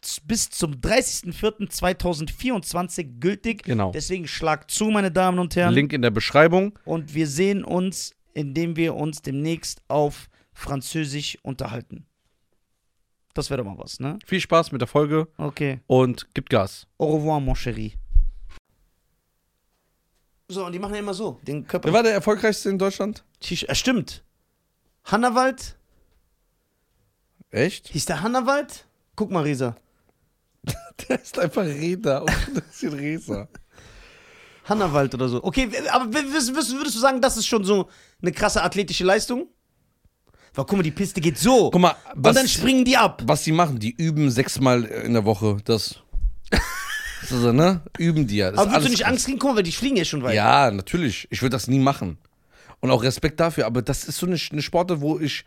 S3: z- bis zum 30.04.2024 gültig.
S2: Genau.
S3: Deswegen schlag zu, meine Damen und Herren.
S2: Link in der Beschreibung.
S3: Und wir sehen uns, indem wir uns demnächst auf Französisch unterhalten. Das wäre doch mal was, ne?
S2: Viel Spaß mit der Folge
S3: Okay.
S2: und gibt Gas.
S3: Au revoir, mon chéri.
S1: So, und die machen ja immer so.
S3: Den
S2: Wer
S3: Körper. äh,
S2: war der erfolgreichste in Deutschland?
S1: Tisch- Ah, stimmt. Hannawald?
S2: Echt?
S1: Hieß der Hannawald? Guck mal, Risa.
S2: Der ist einfach Reda und ein bisschen Resa.
S1: Hannawald oder so. Okay, w- aber w- würdest, würdest würdest du sagen, das ist schon so eine krasse athletische Leistung? Weil guck mal, die Piste geht so.
S2: Guck mal,
S1: und dann
S2: was,
S1: springen die ab.
S2: was die machen, die üben sechsmal in der Woche das. Das ist so, ne? Üben die ja. Das ist
S1: Aber würdest
S2: alles
S1: du nicht
S2: krass.
S1: Angst kriegen? Guck mal, weil die fliegen ja schon weit.
S2: Ja, natürlich. Ich würde das nie machen. Und auch Respekt dafür, aber das ist so eine, eine Sportart, wo ich,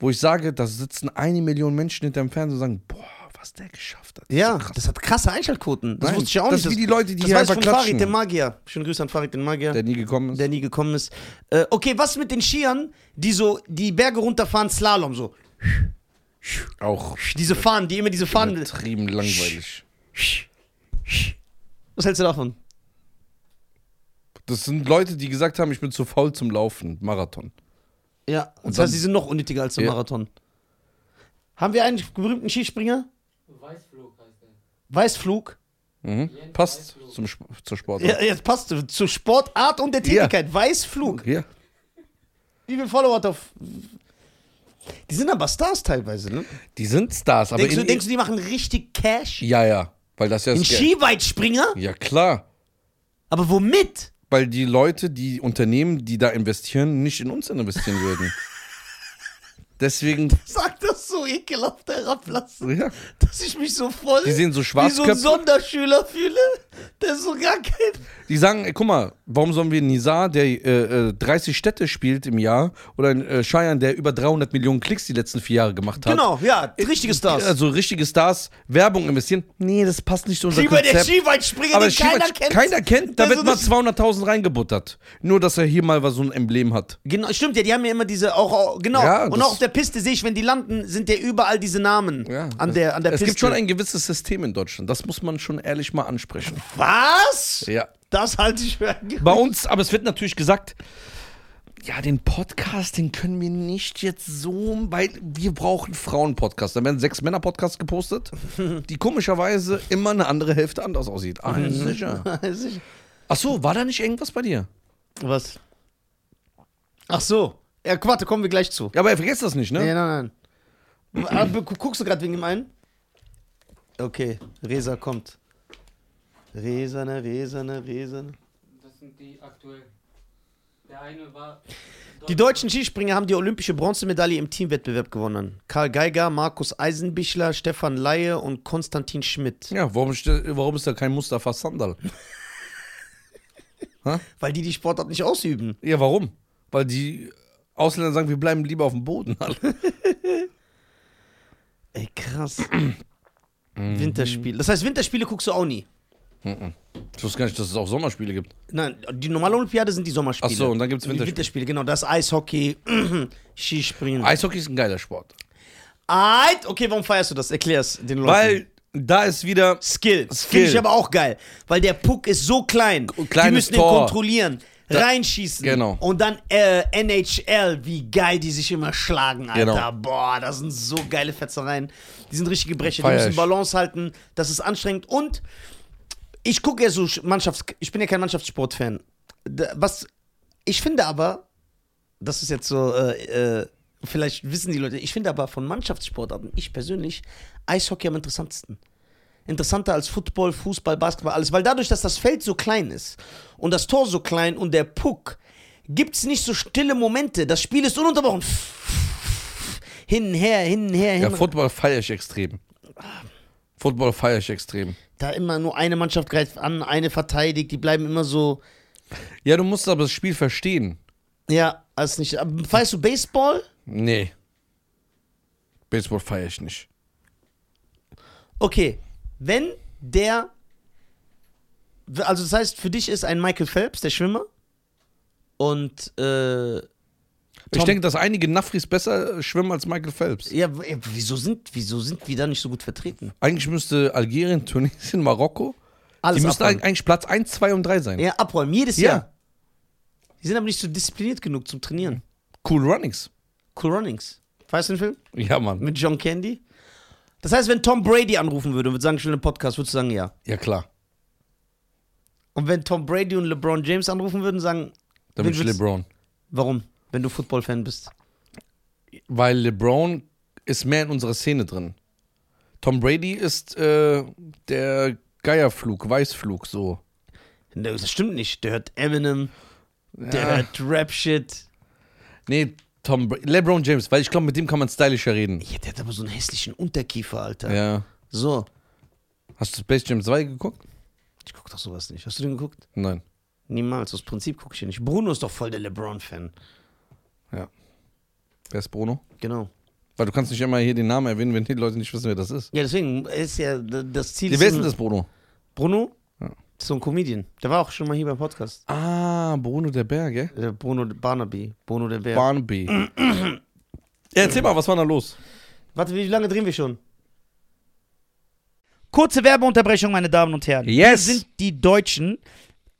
S2: wo ich sage, da sitzen eine Million Menschen hinterm Fernseher und sagen, boah, was der geschafft hat.
S1: Ja, das hat krasse Einschaltquoten. Das
S2: Nein,
S1: wusste ich ja auch
S2: das
S1: nicht.
S2: ist wie die Leute, die
S1: das
S2: hier
S1: weiß ich von
S2: einfach
S1: Farid,
S2: klatschen.
S1: den Magier. Schönen Grüße an Farid, den Magier,
S2: Der
S1: der,
S2: nie gekommen ist.
S1: nie gekommen ist. Äh, okay, was mit den Skiern, die so die Berge runterfahren, Slalom so.
S2: auch
S1: Diese Fahnen, die immer diese Fahnen.
S2: übertrieben langweilig.
S1: Was hältst du davon?
S2: Das sind Leute, die gesagt haben, ich bin zu faul zum Laufen, Marathon.
S1: Ja, und das
S2: dann-
S1: heißt, die sind noch unnötiger als im
S2: Ja.
S1: Marathon. Haben wir einen berühmten Skispringer?
S4: Weißflug heißt er.
S1: Weißflug.
S2: Mhm. Passt zum, Sp- zur Sportart.
S1: Ja, jetzt passt zur Sportart und der
S2: Ja.
S1: Tätigkeit. Weißflug.
S2: Ja.
S1: Wie viele Follower hat auf. Die sind aber Stars teilweise, ne?
S2: Die sind Stars, aber
S1: Denkst
S2: in,
S1: du, denkst du, die machen richtig Cash?
S2: ja, ja, weil das ja
S1: Ein
S2: das Geld-
S1: Skiweitspringer?
S2: Ja, klar,
S1: Aber womit?
S2: weil die Leute, die Unternehmen, die da investieren, nicht in uns investieren würden. Deswegen
S1: Sag das so ekelhaft herablassen,
S2: ja,
S1: dass ich mich so voll
S2: die sehen so
S1: wie so
S2: Schwarzköpfe,
S1: ein Sonderschüler fühle, der so gar kein.
S2: die sagen, ey, guck mal, warum sollen wir Nizar, der äh, äh, 30 Städte spielt im Jahr oder ein äh, Cheyenne, der über 300 Millionen Klicks die letzten vier Jahre gemacht hat.
S1: Genau, ja, richtige Stars.
S2: Also richtige Stars, Werbung investieren. Nee, das passt nicht zu unserem
S1: Lieber der
S2: Konzept.
S1: Skiweitspringer,
S2: aber
S1: den keiner
S2: keiner,
S1: kennt.
S2: keiner kennt, da
S1: Der
S2: wird
S1: so
S2: mal
S1: eine-
S2: 200.000 reingebuttert. Nur, dass er hier mal was so ein Emblem hat.
S1: Genau, stimmt ja, die haben ja immer diese auch, auch genau
S2: Ja,
S1: und
S2: das-
S1: auch auf der Piste sehe ich, wenn die landen, sind ja überall diese Namen
S2: Ja,
S1: an der an der
S2: Es
S1: Piste.
S2: gibt schon ein gewisses System in Deutschland, das muss man schon ehrlich mal ansprechen.
S1: Was?
S2: Ja.
S1: Das halte ich für ein
S2: Bei uns, aber es wird natürlich gesagt, ja, den Podcast, den können wir nicht jetzt so, weil wir brauchen Frauen-Podcast. Da werden sechs Männer-Podcasts gepostet, die komischerweise immer eine andere Hälfte anders aussieht. Ah,
S1: Mhm.
S2: ja, sicher.
S1: Sicher.
S2: Ach so, war da nicht irgendwas bei dir?
S1: Was? Ach so. Ja, warte, kommen wir gleich zu.
S2: Ja, aber ihr vergesst das nicht, ne?
S1: Nee, nein, nein. Aber gu- guckst du gerade wegen ihm ein? Okay, Resa kommt. ne, Resane, Resane, Resane.
S4: Das sind die aktuell. Der eine war.
S1: Die deutschen Skispringer haben die olympische Bronzemedaille im Teamwettbewerb gewonnen. Karl Geiger, Markus Eisenbichler, Stefan Laie und Konstantin Schmidt.
S2: Ja, warum, ste- warum ist da kein Mustafa Sandal?
S1: Weil die die Sportart nicht ausüben.
S2: Ja, warum? Weil die Ausländer sagen, wir bleiben lieber auf dem Boden. alle.
S1: Ey, krass. Winterspiele. Das heißt, Winterspiele guckst du auch nie.
S2: Ich wusste gar nicht, dass es auch Sommerspiele gibt.
S1: Nein, die normale Olympiade sind die Sommerspiele.
S2: Ach so, und dann gibt's
S1: Die
S2: Winterspiele.
S1: Winterspiele, genau. Das Eishockey, Skispringen.
S2: Eishockey ist ein geiler Sport.
S1: Alright, okay, warum feierst du das? Erklär's den Leuten.
S2: Weil da ist wieder.
S1: Skill.
S2: Skill.
S1: Finde ich aber auch geil. Weil der Puck ist so klein. Die
S2: kleines
S1: müssen ihn
S2: Tor.
S1: kontrollieren, reinschießen.
S2: genau.
S1: Und dann äh, NHL, wie geil die sich immer schlagen, Alter.
S2: Genau.
S1: Boah, das sind so geile Fetzereien. Die sind richtige Brecher. Die
S2: Feier
S1: müssen
S2: ich.
S1: Balance halten. Das ist anstrengend. Und ich gucke ja so Sch- Mannschafts... Ich bin ja kein Mannschaftssportfan. Da- Was ich finde aber, das ist jetzt so... Äh, äh, Vielleicht wissen die Leute, ich finde aber von Mannschaftssportarten, ich persönlich, Eishockey am interessantesten interessanter als Football, Fußball, Basketball, alles, weil dadurch, dass das Feld so klein ist und das Tor so klein und der Puck, gibt's nicht so stille Momente. Das Spiel ist ununterbrochen. Hin, her, hin, her, hin.
S2: Ja, Football feiere ich extrem. Football feiere ich extrem.
S1: da immer nur eine Mannschaft greift an, eine verteidigt, die bleiben immer so.
S2: Ja, du musst aber das Spiel verstehen.
S1: Ja, alles nicht. Aber Weißt du, Baseball?
S2: Nee. Baseball feiere ich nicht.
S1: Okay, wenn der. Also, das heißt, für dich ist ein Michael Phelps, der Schwimmer. Und äh,
S2: Ich denke, dass einige Nafris besser schwimmen als Michael Phelps.
S1: Ja, w- ja, wieso sind, wieso sind wir da nicht so gut vertreten?
S2: Eigentlich müsste Algerien, Tunesien, Marokko,
S1: Alles
S2: die müssten
S1: abräumen.
S2: eigentlich Platz 1, 2 und 3 sein.
S1: Ja, abräumen, jedes
S2: Ja.
S1: Jahr. Die sind aber nicht so diszipliniert genug zum Trainieren.
S2: Cool Runnings.
S1: Cool Runnings. Weißt du den Film?
S2: Ja, Mann.
S1: Mit John Candy? Das heißt, wenn Tom Brady anrufen würde und würde sagen, ich will einen Podcast, würdest du sagen, ja.
S2: Ja, klar.
S1: Und wenn Tom Brady und LeBron James anrufen würden, sagen,
S2: Dann
S1: Wen
S2: bin ich
S1: willst-
S2: LeBron.
S1: warum? Wenn du Football-Fan bist.
S2: Weil LeBron ist mehr in unserer Szene drin. Tom Brady ist äh, der Geierflug, Weißflug, so.
S1: Ne, Das stimmt nicht. Der hört Eminem, der hört Rap-Shit.
S2: Nee, Tom Bra LeBron James, weil ich glaube, mit dem kann man stylischer reden.
S1: Ja, der hat aber so einen hässlichen Unterkiefer, Alter.
S2: Ja.
S1: So.
S2: Hast du Space Jam 2 geguckt?
S1: Ich guck doch sowas nicht. Hast du den geguckt?
S2: Nein.
S1: Niemals. Aus Prinzip gucke ich den nicht. Bruno ist doch voll der LeBron-Fan.
S2: Wer ist Bruno?
S1: Genau.
S2: Weil du kannst nicht immer hier den Namen erwähnen, wenn die Leute nicht wissen, wer das ist.
S1: Ja, deswegen ist ja d- das Ziel.
S2: Wer ist denn
S1: so-
S2: das, Bruno?
S1: Bruno?
S2: Ja.
S1: Ist so ein Comedian. Der war auch schon mal hier beim Podcast.
S2: Ah, Bruno der Berg, gell?
S1: Der Bruno Barnaby. Bruno der Bär.
S2: Barnaby. ja, erzähl mal, was war da los?
S1: Warte, wie lange drehen wir schon?
S3: Kurze Werbeunterbrechung, meine Damen und Herren.
S2: Yes!
S3: Wir sind die Deutschen.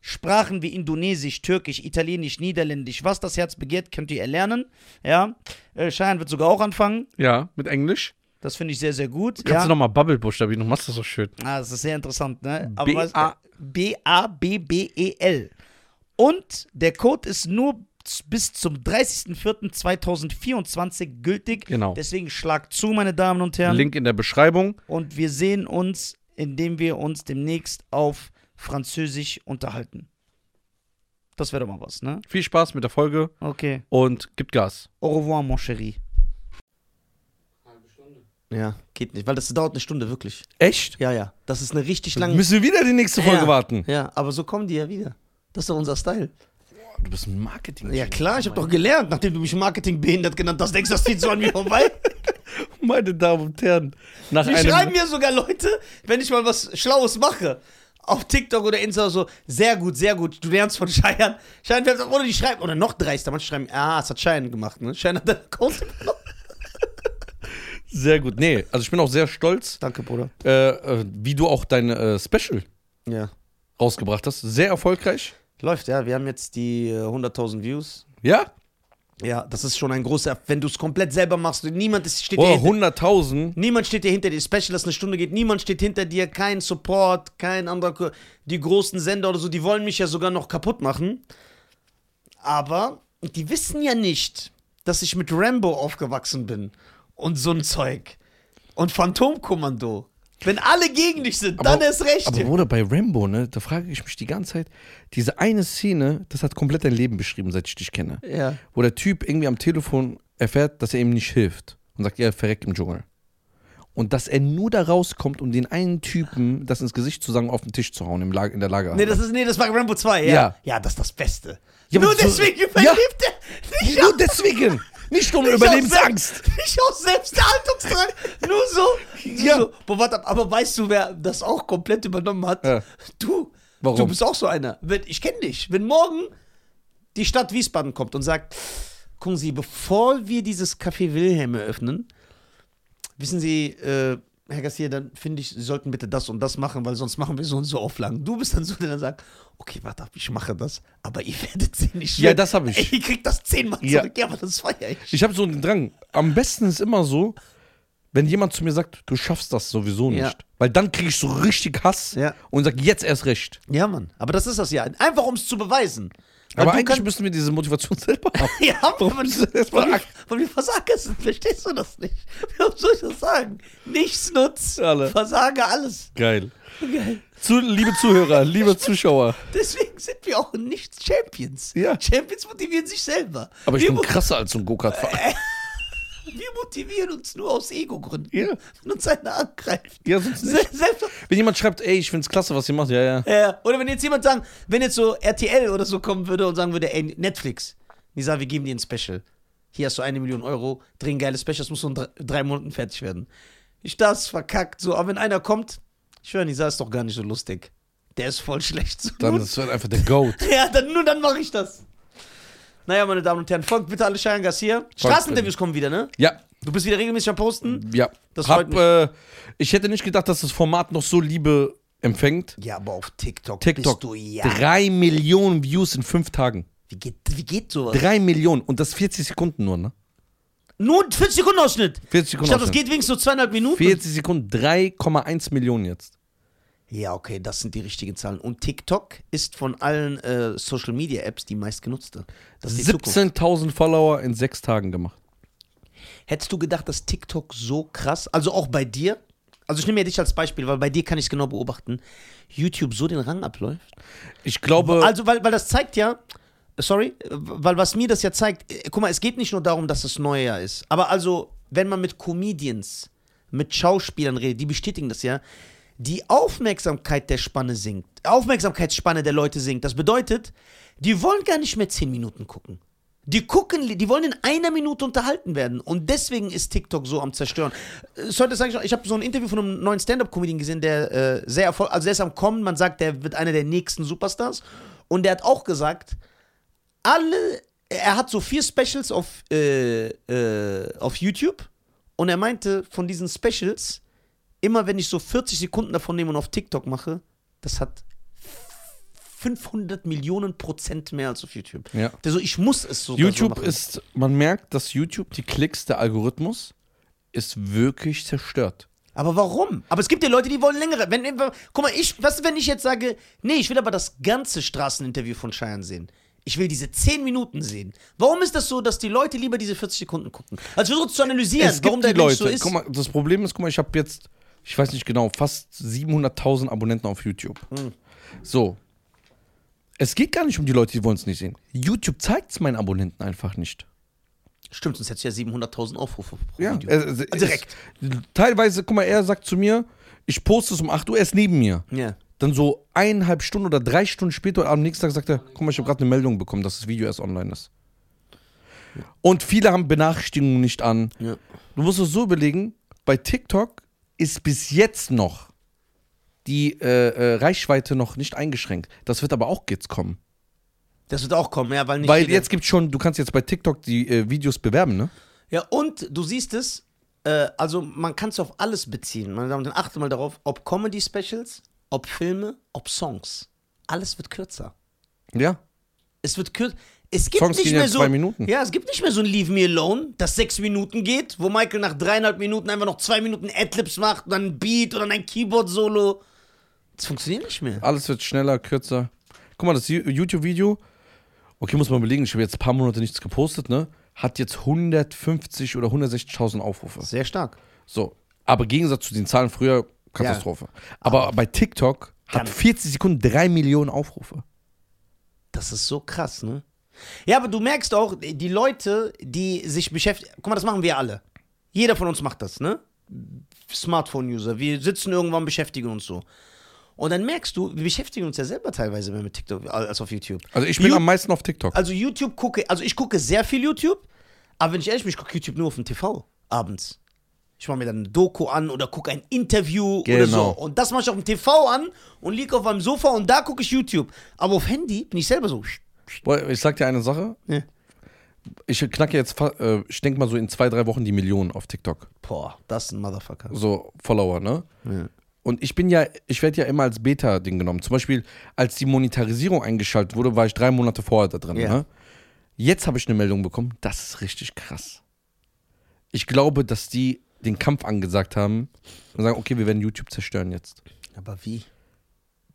S3: Sprachen wie Indonesisch, Türkisch, Italienisch, Niederländisch, was das Herz begehrt, könnt ihr erlernen. Ja, äh, Cheyenne wird sogar auch anfangen.
S2: Ja, mit Englisch.
S3: Das finde ich sehr, sehr gut.
S2: Kannst
S3: ja.
S2: du nochmal Bubble buchstabieren? Du machst das so schön.
S3: Ah, das ist sehr interessant, ne? Aber
S2: B-
S3: was-
S2: A-
S3: B-A-B-B-E-L. E Und der Code ist nur z- bis zum 30.04.2024 gültig.
S2: Genau.
S3: Deswegen schlagt zu, meine Damen und Herren.
S2: Link in der Beschreibung.
S3: Und wir sehen uns, indem wir uns demnächst auf Französisch unterhalten. Das wäre doch mal was, ne?
S2: Viel Spaß mit der Folge
S3: Okay.
S2: und gib Gas.
S3: Au revoir, mon chéri.
S4: Halbe Stunde.
S1: Ja, geht nicht, weil das dauert eine Stunde wirklich.
S2: Echt?
S1: Ja, ja. Das ist eine richtig lange.
S2: Müssen wir wieder die nächste Folge
S1: ja.
S2: warten?
S1: Ja, aber so kommen die ja wieder. Das ist doch unser Style.
S2: Du bist ein marketing
S1: Ja klar, ich habe doch gelernt, nachdem du mich Marketingbehindert genannt hast, denkst du, das zieht so an mir vorbei.
S2: Meine Damen und Herren, nach
S1: Die
S2: einem
S1: schreiben mir sogar Leute, wenn ich mal was Schlaues mache, auf TikTok oder Insta so, sehr gut, sehr gut, du lernst von Scheiern. Schein wird oder die schreiben, oder noch dreister, manche schreiben, ah, es hat Schein gemacht, ne? Schein hat deinen Account genommen.
S2: sehr gut. Nee, also ich bin auch sehr stolz,
S1: Danke, Bruder.
S2: äh, äh, wie du auch dein äh, Special
S1: Ja.
S2: rausgebracht hast. Sehr erfolgreich.
S1: Läuft, ja, wir haben jetzt die äh, 100.000 Views.
S2: Ja?
S1: Ja, das ist schon ein großer, wenn du es komplett selber machst, niemand ist, steht dir
S2: Oh,
S1: hinter-
S2: 100.000.
S1: Niemand steht dir hinter dir. Special, das eine Stunde geht. Niemand steht hinter dir. Kein Support, kein anderer. Ko- Die großen Sender oder so, die wollen mich ja sogar noch kaputt machen. Aber die wissen ja nicht, dass ich mit Rambo aufgewachsen bin. Und so ein Zeug. Und Phantomkommando. Wenn alle gegen dich sind, dann erst recht.
S2: Aber Bruder, bei Rambo, ne, da frage ich mich die ganze Zeit, diese eine Szene, das hat komplett dein Leben beschrieben, seit ich dich kenne.
S1: ja.
S2: Wo der Typ irgendwie am Telefon erfährt, dass er ihm nicht hilft und sagt, ja, verreckt im Dschungel. Und dass er nur da rauskommt, um den einen Typen das ins Gesicht zu sagen, auf den Tisch zu hauen, im Lager, in der Lager.
S1: Nee, das ist, nee, das war Rambo 2. Ja,
S2: Ja.
S1: ja. das ist das Beste.
S2: Ja, aber
S1: Nur
S2: so-
S1: deswegen
S2: Ja.
S1: überlebt er. Nicht
S2: Nur deswegen! Nicht um
S1: Ich aus
S2: Überlebensangst!
S1: Selbst- Ich aus Selbsterhaltungsdrang. Nur so. Nur
S2: Ja.
S1: so. Boah, warte, aber weißt du, wer das auch komplett übernommen hat?
S2: Ja.
S1: Du.
S2: Warum?
S1: Du bist auch so einer. Wenn, ich kenne dich. Wenn morgen die Stadt Wiesbaden kommt und sagt, gucken Sie, bevor wir dieses Café Wilhelm eröffnen, wissen Sie, äh, Herr Gassier, dann finde ich, Sie sollten bitte das und das machen, weil sonst machen wir so und so Auflagen. Du bist dann so, der dann sagt, okay, warte ab, ich mache das, aber ihr werdet sie nicht
S2: Ja,
S1: hören.
S2: das hab ich.
S1: Ey, ihr kriegt das zehnmal
S2: Ja.
S1: zurück. Ja, aber das feier ich.
S2: Ich habe so einen Drang. Am besten ist immer so, wenn jemand zu mir sagt, du schaffst das sowieso nicht.
S1: Ja.
S2: Weil dann kriege ich so richtig Hass
S1: Ja.
S2: und sag jetzt erst recht.
S1: Ja, Mann. Aber das ist das ja. Einfach, um es zu beweisen. Weil
S2: Aber
S1: du
S2: eigentlich
S1: kannst-
S2: müssen wir diese Motivation selber haben.
S1: Ja, warum
S2: bist du jetzt mal
S1: weil, wir,
S2: ak-
S1: weil wir Versager sind, verstehst du das nicht? Warum soll ich das sagen? Nichts nutzt,
S2: Alle.
S1: Versager alles.
S2: Geil.
S1: Geil.
S2: Zu, liebe Zuhörer, liebe Zuschauer.
S1: Deswegen sind wir auch nicht Champions.
S2: Ja.
S1: Champions motivieren sich selber.
S2: Aber ich
S1: wir,
S2: bin
S1: mo-
S2: krasser als so ein Go-Kart-Fahrer.
S1: wir motivieren uns nur aus Ego-Gründen.
S2: Ja.
S1: Wenn uns einer angreift.
S2: Ja, sonst
S1: Se-
S2: nicht.
S1: Selbst,
S2: Wenn jemand schreibt, ey, ich find's klasse, was ihr macht, ja, ja.
S1: äh, oder wenn jetzt jemand sagen, wenn jetzt so RTL oder so kommen würde und sagen würde, ey, Netflix, Nisa, wir geben dir ein Special. Hier hast du eine Million Euro, dreh ein geiles Special, das muss so in drei, drei Monaten fertig werden. Ich das verkackt, so, aber wenn einer kommt, ich höre, Nisa ist doch gar nicht so lustig. Der ist voll schlecht. So,
S2: Dann
S1: nur-
S2: ist halt einfach der Goat.
S1: ja, dann, nur dann mache ich das. Naja, meine Damen und Herren, folgt bitte alle Cheyenne Garcia. Straßeninterviews kommen wieder, ne?
S2: Ja,
S1: Du bist wieder regelmäßig am Posten.
S2: ja.
S1: Das freut
S2: Hab, äh, ich hätte nicht gedacht, dass das Format noch so Liebe empfängt.
S1: Ja, aber auf TikTok,
S2: TikTok.
S1: bist du ja.
S2: Drei Millionen Views in fünf Tagen.
S1: Wie geht, wie geht sowas?
S2: Drei Millionen. Und das 40 Sekunden nur, ne?
S1: Nur ein 40 Sekunden Ausschnitt.
S2: 40
S1: Ich
S2: Sekunden.
S1: dachte, das
S2: Ausschnitt.
S1: geht wenigstens so zweieinhalb Minuten.
S2: 40 Sekunden, 3,1 Millionen jetzt.
S1: Ja, okay, das sind die richtigen Zahlen. Und TikTok ist von allen äh, Social Media Apps die meistgenutzte. Das ist die Zukunft.
S2: 17.000 Follower in sechs Tagen gemacht.
S1: Hättest du gedacht, dass TikTok so krass, also auch bei dir, also ich nehme ja dich als Beispiel, weil bei dir kann ich es genau beobachten, YouTube so den Rang abläuft?
S2: Ich glaube,
S1: Also, weil, weil das zeigt ja, sorry, weil was mir das ja zeigt, äh, guck mal, es geht nicht nur darum, dass es Neujahr ist, aber also, wenn man mit Comedians, mit Schauspielern redet, die bestätigen das ja, die Aufmerksamkeit der Spanne sinkt, Aufmerksamkeitsspanne der Leute sinkt. Das bedeutet, die wollen gar nicht mehr 10 Minuten gucken. Die gucken, die wollen in einer Minute unterhalten werden. Und deswegen ist TikTok so am Zerstören. Äh, Sollte sagen, ich habe so ein Interview von einem neuen Stand-Up-Comedian gesehen, der äh, sehr erfolgreich, also der ist am Kommen, man sagt, der wird einer der nächsten Superstars. Und der hat auch gesagt, alle, er hat so vier Specials auf, äh, äh, auf YouTube. Und er meinte, von diesen Specials, immer wenn ich so 40 Sekunden davon nehme und auf TikTok mache, das hat 500 Millionen Prozent mehr als auf YouTube.
S2: Ja.
S1: Der so, ich muss es sogar so
S2: YouTube
S1: machen.
S2: ist, man merkt, dass YouTube, die Klicks, der Algorithmus, ist wirklich zerstört.
S1: Aber warum? Aber es gibt ja Leute, die wollen längere. Wenn, wenn- guck mal, ich, was, wenn ich jetzt sage, nee, ich will aber das ganze Straßeninterview von Cheyenne sehen. Ich will diese 10 Minuten sehen. Warum ist das so, dass die Leute lieber diese 40 Sekunden gucken? Also versucht zu analysieren,
S2: es gibt
S1: warum
S2: die
S1: der Mensch
S2: Leute.
S1: so ist.
S2: guck mal, das Problem ist, guck mal, ich habe jetzt, ich weiß nicht genau, fast 700.000 Abonnenten auf YouTube.
S1: Hm.
S2: So. Es geht gar nicht um die Leute, die wollen es nicht sehen. YouTube zeigt es meinen Abonnenten einfach nicht.
S1: Stimmt, sonst hättest du ja 700.000 Aufrufe pro
S2: Ja,
S1: Video.
S2: äh, äh,
S1: Direkt.
S2: Ist, teilweise, guck mal, er sagt zu mir, ich poste es um 8 Uhr, er ist neben mir.
S1: ja.
S2: Dann so eineinhalb Stunden oder drei Stunden später am nächsten Tag sagt er, guck mal, ich habe gerade eine Meldung bekommen, dass das Video erst online ist. Und viele haben Benachrichtigungen nicht an.
S1: Ja.
S2: Du musst es so überlegen, bei TikTok ist bis jetzt noch die äh, äh, Reichweite noch nicht eingeschränkt. Das wird aber auch jetzt kommen.
S1: Das wird auch kommen, ja, weil nicht.
S2: Weil
S1: jeder-
S2: jetzt gibt schon, du kannst jetzt bei TikTok die äh, Videos bewerben, ne?
S1: Ja, und du siehst es, äh, also man kann es auf alles beziehen. Meine Damen und Herren, achte mal darauf, ob Comedy-Specials, ob Filme, ob Songs. Alles wird kürzer.
S2: Ja.
S1: Es wird kürzer. Es gibt
S2: Songs
S1: nicht
S2: gehen
S1: mehr
S2: ja
S1: so.
S2: zwei Minuten.
S1: Ja, es gibt nicht mehr so ein Leave Me Alone, das sechs Minuten geht, wo Michael nach dreieinhalb Minuten einfach noch zwei Minuten Adlibs macht und dann ein Beat oder dann ein Keyboard-Solo. Das funktioniert nicht mehr.
S2: Alles wird schneller, kürzer. Guck mal, das Ju- YouTube-Video, okay, muss man überlegen, ich habe jetzt ein paar Monate nichts gepostet, ne? Hat jetzt 150 oder 160.000 Aufrufe.
S1: Sehr stark.
S2: So. Aber im Gegensatz zu den Zahlen früher, Katastrophe. Aber bei TikTok
S1: Kann-
S2: hat 40 Sekunden 3 Millionen Aufrufe.
S1: Das ist so krass, ne? Ja, aber du merkst auch, die Leute, die sich beschäftigen. Guck mal, das machen wir alle. Jeder von uns macht das, ne? Smartphone-User. Wir sitzen irgendwann, beschäftigen uns so. Und dann merkst du, wir beschäftigen uns ja selber teilweise mehr mit TikTok als auf YouTube.
S2: Also ich bin
S1: Ju-
S2: am meisten auf TikTok.
S1: Also YouTube gucke, also ich gucke sehr viel YouTube, aber wenn ich ehrlich bin, ich gucke YouTube nur auf dem TV abends. Ich mache mir dann eine Doku an oder gucke ein Interview oder so.
S2: Genau.
S1: Und das mache ich auf dem TV an und liege auf meinem Sofa und da gucke ich YouTube. Aber auf Handy bin ich selber so.
S2: Boah, Ich sag dir eine Sache.
S1: Ja.
S2: Ich knacke jetzt, fa- äh, ich denke mal so in zwei, drei Wochen die Millionen auf TikTok.
S1: Boah, das ist ein Motherfucker.
S2: So Follower, ne?
S1: Ja.
S2: Und ich bin ja, ich werde ja immer als Beta-Ding genommen. Zum Beispiel, als die Monetarisierung eingeschaltet wurde, war ich drei Monate vorher da drin.
S1: Ja.
S2: Ne? Jetzt habe ich eine Meldung bekommen, das ist richtig krass. Ich glaube, dass die den Kampf angesagt haben und sagen, okay, wir werden YouTube zerstören jetzt.
S1: Aber wie?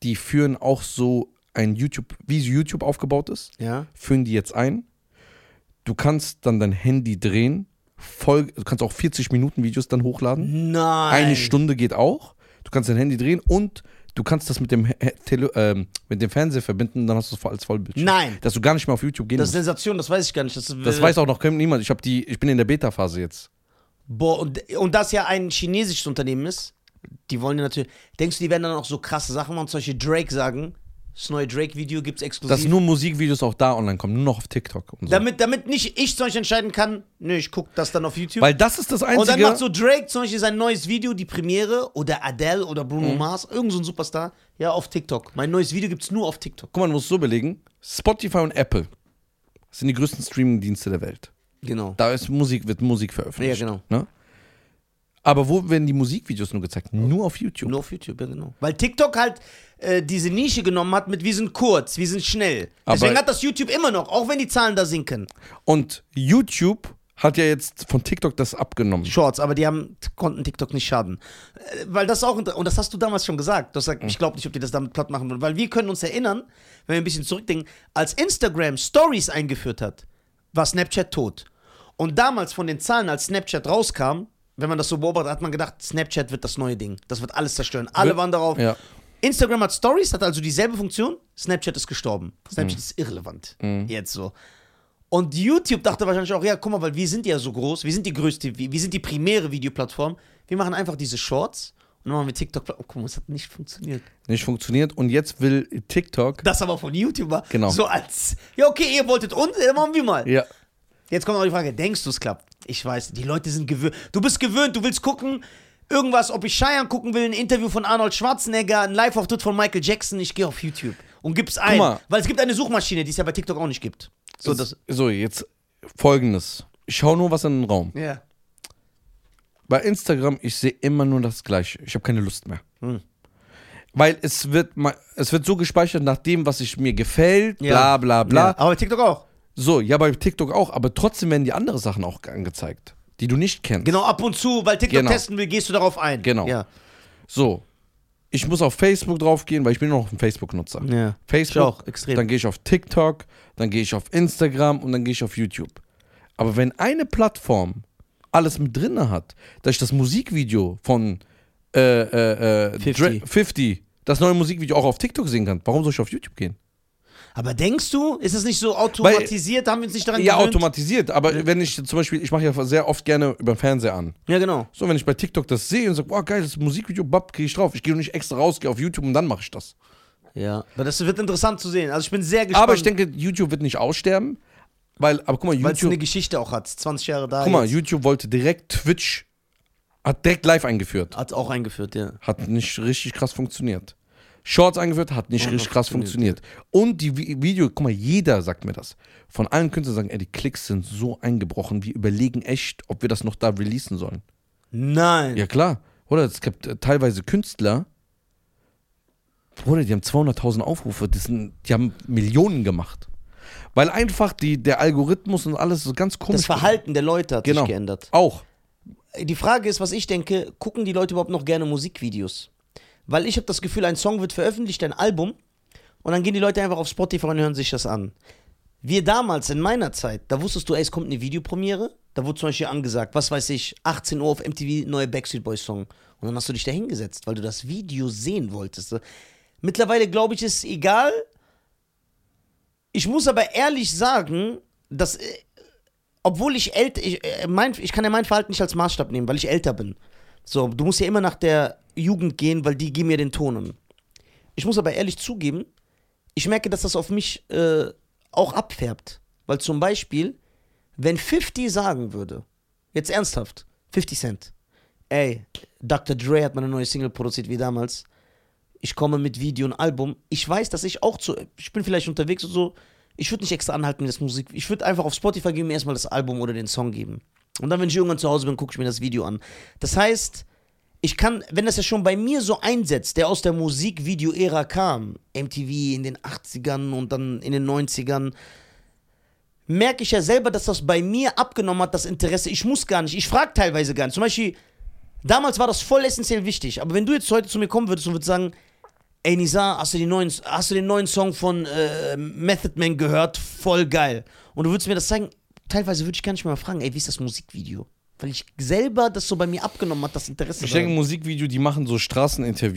S2: Die führen auch so ein YouTube, wie YouTube aufgebaut ist,
S1: Ja.
S2: führen die jetzt ein. Du kannst dann dein Handy drehen, voll, du kannst auch 40 Minuten Videos dann hochladen.
S1: Mhm. Nein.
S2: Eine Stunde geht auch. Du kannst dein Handy drehen und du kannst das mit dem, He- He- Tele ähm, mit dem Fernseher verbinden, dann hast du es voll- als Vollbildschirm.
S1: Nein.
S2: Dass du gar nicht mehr auf YouTube gehen
S1: Das ist
S2: musst.
S1: Sensation, das weiß ich gar nicht. Das,
S2: Das weiß auch noch kaum niemand. Ich, hab die, ich bin in der Beta-Phase jetzt.
S1: Boah, und, und das ja ein chinesisches Unternehmen ist, die wollen ja natürlich. Denkst du, die werden dann auch so krasse Sachen machen? Zum Beispiel Drake sagen, das neue Drake-Video gibt's exklusiv.
S2: Dass nur Musikvideos auch da online kommen, nur noch auf TikTok und so.
S1: damit, damit nicht ich zum Beispiel entscheiden kann, nö, ich guck das dann auf YouTube.
S2: Weil das ist das Einzige.
S1: und dann macht so Drake zum Beispiel sein neues Video, die Premiere, oder Adele oder
S2: Mhm.
S1: Bruno Mars, irgend so ein Superstar, ja, auf TikTok. Mein neues Video gibt's nur auf TikTok.
S2: guck mal, du musst so überlegen: Spotify und Apple sind die größten Streaming-Dienste der Welt.
S1: Genau.
S2: Da ist Musik, wird Musik veröffentlicht.
S1: Ja, genau.
S2: Ne? Aber wo werden die Musikvideos nur gezeigt? Nur auf YouTube.
S1: Nur auf YouTube, ja, genau. Weil TikTok halt äh, diese Nische genommen hat mit, wir sind kurz, wir sind schnell.
S2: Aber-
S1: Deswegen hat das YouTube immer noch, auch wenn die Zahlen da sinken.
S2: Und YouTube hat ja jetzt von TikTok das abgenommen.
S1: Shorts, aber die haben, konnten TikTok nicht schaden. Äh, Weil das auch, und das hast du damals schon gesagt. Du hast gesagt, ich glaube nicht, ob die das damit platt machen wollen. Weil wir können uns erinnern, wenn wir ein bisschen zurückdenken, als Instagram Stories eingeführt hat, war Snapchat tot. Und damals von den Zahlen, als Snapchat rauskam, wenn man das so beobachtet, hat man gedacht, Snapchat wird das neue Ding. Das wird alles zerstören. Alle
S2: Wir-
S1: waren darauf.
S2: Ja.
S1: Instagram hat Stories, hat also dieselbe Funktion. Snapchat ist gestorben. Snapchat ist irrelevant. Jetzt so. Und YouTube dachte wahrscheinlich auch, ja, guck mal, weil wir sind ja so groß, wir sind die größte, wir wir sind die primäre Videoplattform. Wir machen einfach diese Shorts und dann machen wir TikTok. Oh, guck mal, das hat nicht funktioniert.
S2: Nicht funktioniert. Und jetzt will TikTok.
S1: Das aber von YouTuber.
S2: Genau.
S1: So als, ja, okay, ihr wolltet uns, dann machen wir mal.
S2: Ja.
S1: Jetzt kommt auch die Frage, denkst du, es klappt? Ich weiß, die Leute sind gewöhnt. Du bist gewöhnt, du willst gucken, irgendwas, ob ich Cheyenne gucken will, ein Interview von Arnold Schwarzenegger, ein Live-Auftritt von Michael Jackson, ich gehe auf YouTube und gib's ein.
S2: mal.
S1: Weil es gibt eine Suchmaschine, die es ja bei TikTok auch nicht gibt. So, das.
S2: so, jetzt folgendes. Ich schau nur was in den Raum.
S1: Ja.
S2: Bei Instagram, ich sehe immer nur das Gleiche. Ich habe keine Lust mehr.
S1: Hm.
S2: Weil es wird, ma- es wird so gespeichert nach dem, was ich mir gefällt, bla
S1: Ja.
S2: bla bla.
S1: Ja, aber bei TikTok auch.
S2: So, ja, bei TikTok auch, aber trotzdem werden die anderen Sachen auch angezeigt, die du nicht kennst.
S1: Genau, ab und zu, weil TikTok
S2: Genau.
S1: testen will, gehst du darauf ein.
S2: Genau.
S1: Ja.
S2: So, ich muss auf Facebook draufgehen, weil ich bin nur noch ein Facebook-Nutzer.
S1: Ja.
S2: Facebook,
S1: Ich auch, extrem.
S2: dann gehe ich auf TikTok, dann gehe ich auf Instagram und dann gehe ich auf YouTube. Aber wenn eine Plattform alles mit drin hat, dass ich das Musikvideo von äh, äh, äh,
S1: 50.
S2: Dra- 50, das neue Musikvideo auch auf TikTok sehen kann, warum soll ich auf YouTube gehen?
S1: Aber denkst du, ist es nicht so automatisiert? haben wir uns nicht daran
S2: Ja,
S1: gewöhnt?
S2: automatisiert, aber wenn ich zum Beispiel, ich mache ja sehr oft gerne über den Fernseher an.
S1: Ja, genau.
S2: So, wenn ich bei TikTok das sehe und sage, boah, geil, das Musikvideo, bap, gehe ich drauf. Ich gehe nicht extra raus, gehe auf YouTube und dann mache ich das.
S1: Ja. Aber das wird interessant zu sehen. Also ich bin sehr gespannt,
S2: Aber ich denke, YouTube wird nicht aussterben, weil, aber guck mal,
S1: weil es
S2: YouTube,
S1: eine Geschichte auch hat. 20 Jahre da.
S2: guck mal,
S1: jetzt.
S2: YouTube wollte direkt Twitch, hat direkt live eingeführt.
S1: Hat auch eingeführt, ja.
S2: Hat nicht richtig krass funktioniert. Shorts eingeführt, hat nicht richtig krass funktioniert. Und die Vi- Video, guck mal, jeder sagt mir das. Von allen Künstlern sagen, ey, die Klicks sind so eingebrochen, wir überlegen echt, ob wir das noch da releasen sollen.
S1: Nein.
S2: Ja, klar. Oder es gibt äh, teilweise Künstler, Bruder, die haben 200.000 Aufrufe, das sind, die haben Millionen gemacht. Weil einfach die, der Algorithmus und alles so ganz komisch.
S1: Das Verhalten der Leute hat
S2: genau.
S1: sich geändert.
S2: Auch.
S1: Die Frage ist, was ich denke, gucken die Leute überhaupt noch gerne Musikvideos? Weil ich habe das Gefühl, ein Song wird veröffentlicht, ein Album, und dann gehen die Leute einfach auf Spotify und hören sich das an. Wir damals, in meiner Zeit, da wusstest du, ey, es kommt eine Videopremiere, da wurde zum Beispiel angesagt, was weiß ich, 18 Uhr auf MTV, neue Backstreet Boys Song. Und dann hast du dich da hingesetzt, weil du das Video sehen wolltest. äh, Mittlerweile, glaube ich, ist es egal. Ich muss aber ehrlich sagen, dass äh, obwohl ich älter, ich, äh, mein, ich kann ja mein Verhalten nicht als Maßstab nehmen, weil ich älter bin. So, du musst ja immer nach der Jugend gehen, weil die geben mir den Tonen. Ich muss aber ehrlich zugeben, ich merke, dass das auf mich äh, auch abfärbt. Weil zum Beispiel, wenn 50 sagen würde, jetzt ernsthaft, 50 Cent, ey, Dr. Dre hat meine neue Single produziert wie damals, ich komme mit Video und Album, ich weiß, dass ich auch zu, ich bin vielleicht unterwegs und so, Ich würde nicht extra anhalten, das Musik. Ich würde einfach auf Spotify geben, mir erstmal das Album oder den Song geben. Und dann, wenn ich irgendwann zu Hause bin, gucke ich mir das Video an. Das heißt, ich kann, wenn das ja schon bei mir so einsetzt, der aus der Musikvideo-Ära kam, MTV in den 80ern und dann in den 90ern, merke ich ja selber, dass das bei mir abgenommen hat, das Interesse. Ich muss gar nicht, ich frage teilweise gar nicht. Zum Beispiel, damals war das voll essentiell wichtig, aber wenn du jetzt heute zu mir kommen würdest und würdest sagen, Ey Nisa, hast du, die neuen, hast du den neuen Song von äh, Method Man gehört? Voll geil. Und du würdest mir das zeigen, teilweise würde ich gar nicht mehr fragen, ey, wie ist das Musikvideo? Weil ich selber das so bei mir abgenommen hat, das Interesse.
S2: Ich
S1: daran.
S2: denke, Musikvideo, die machen so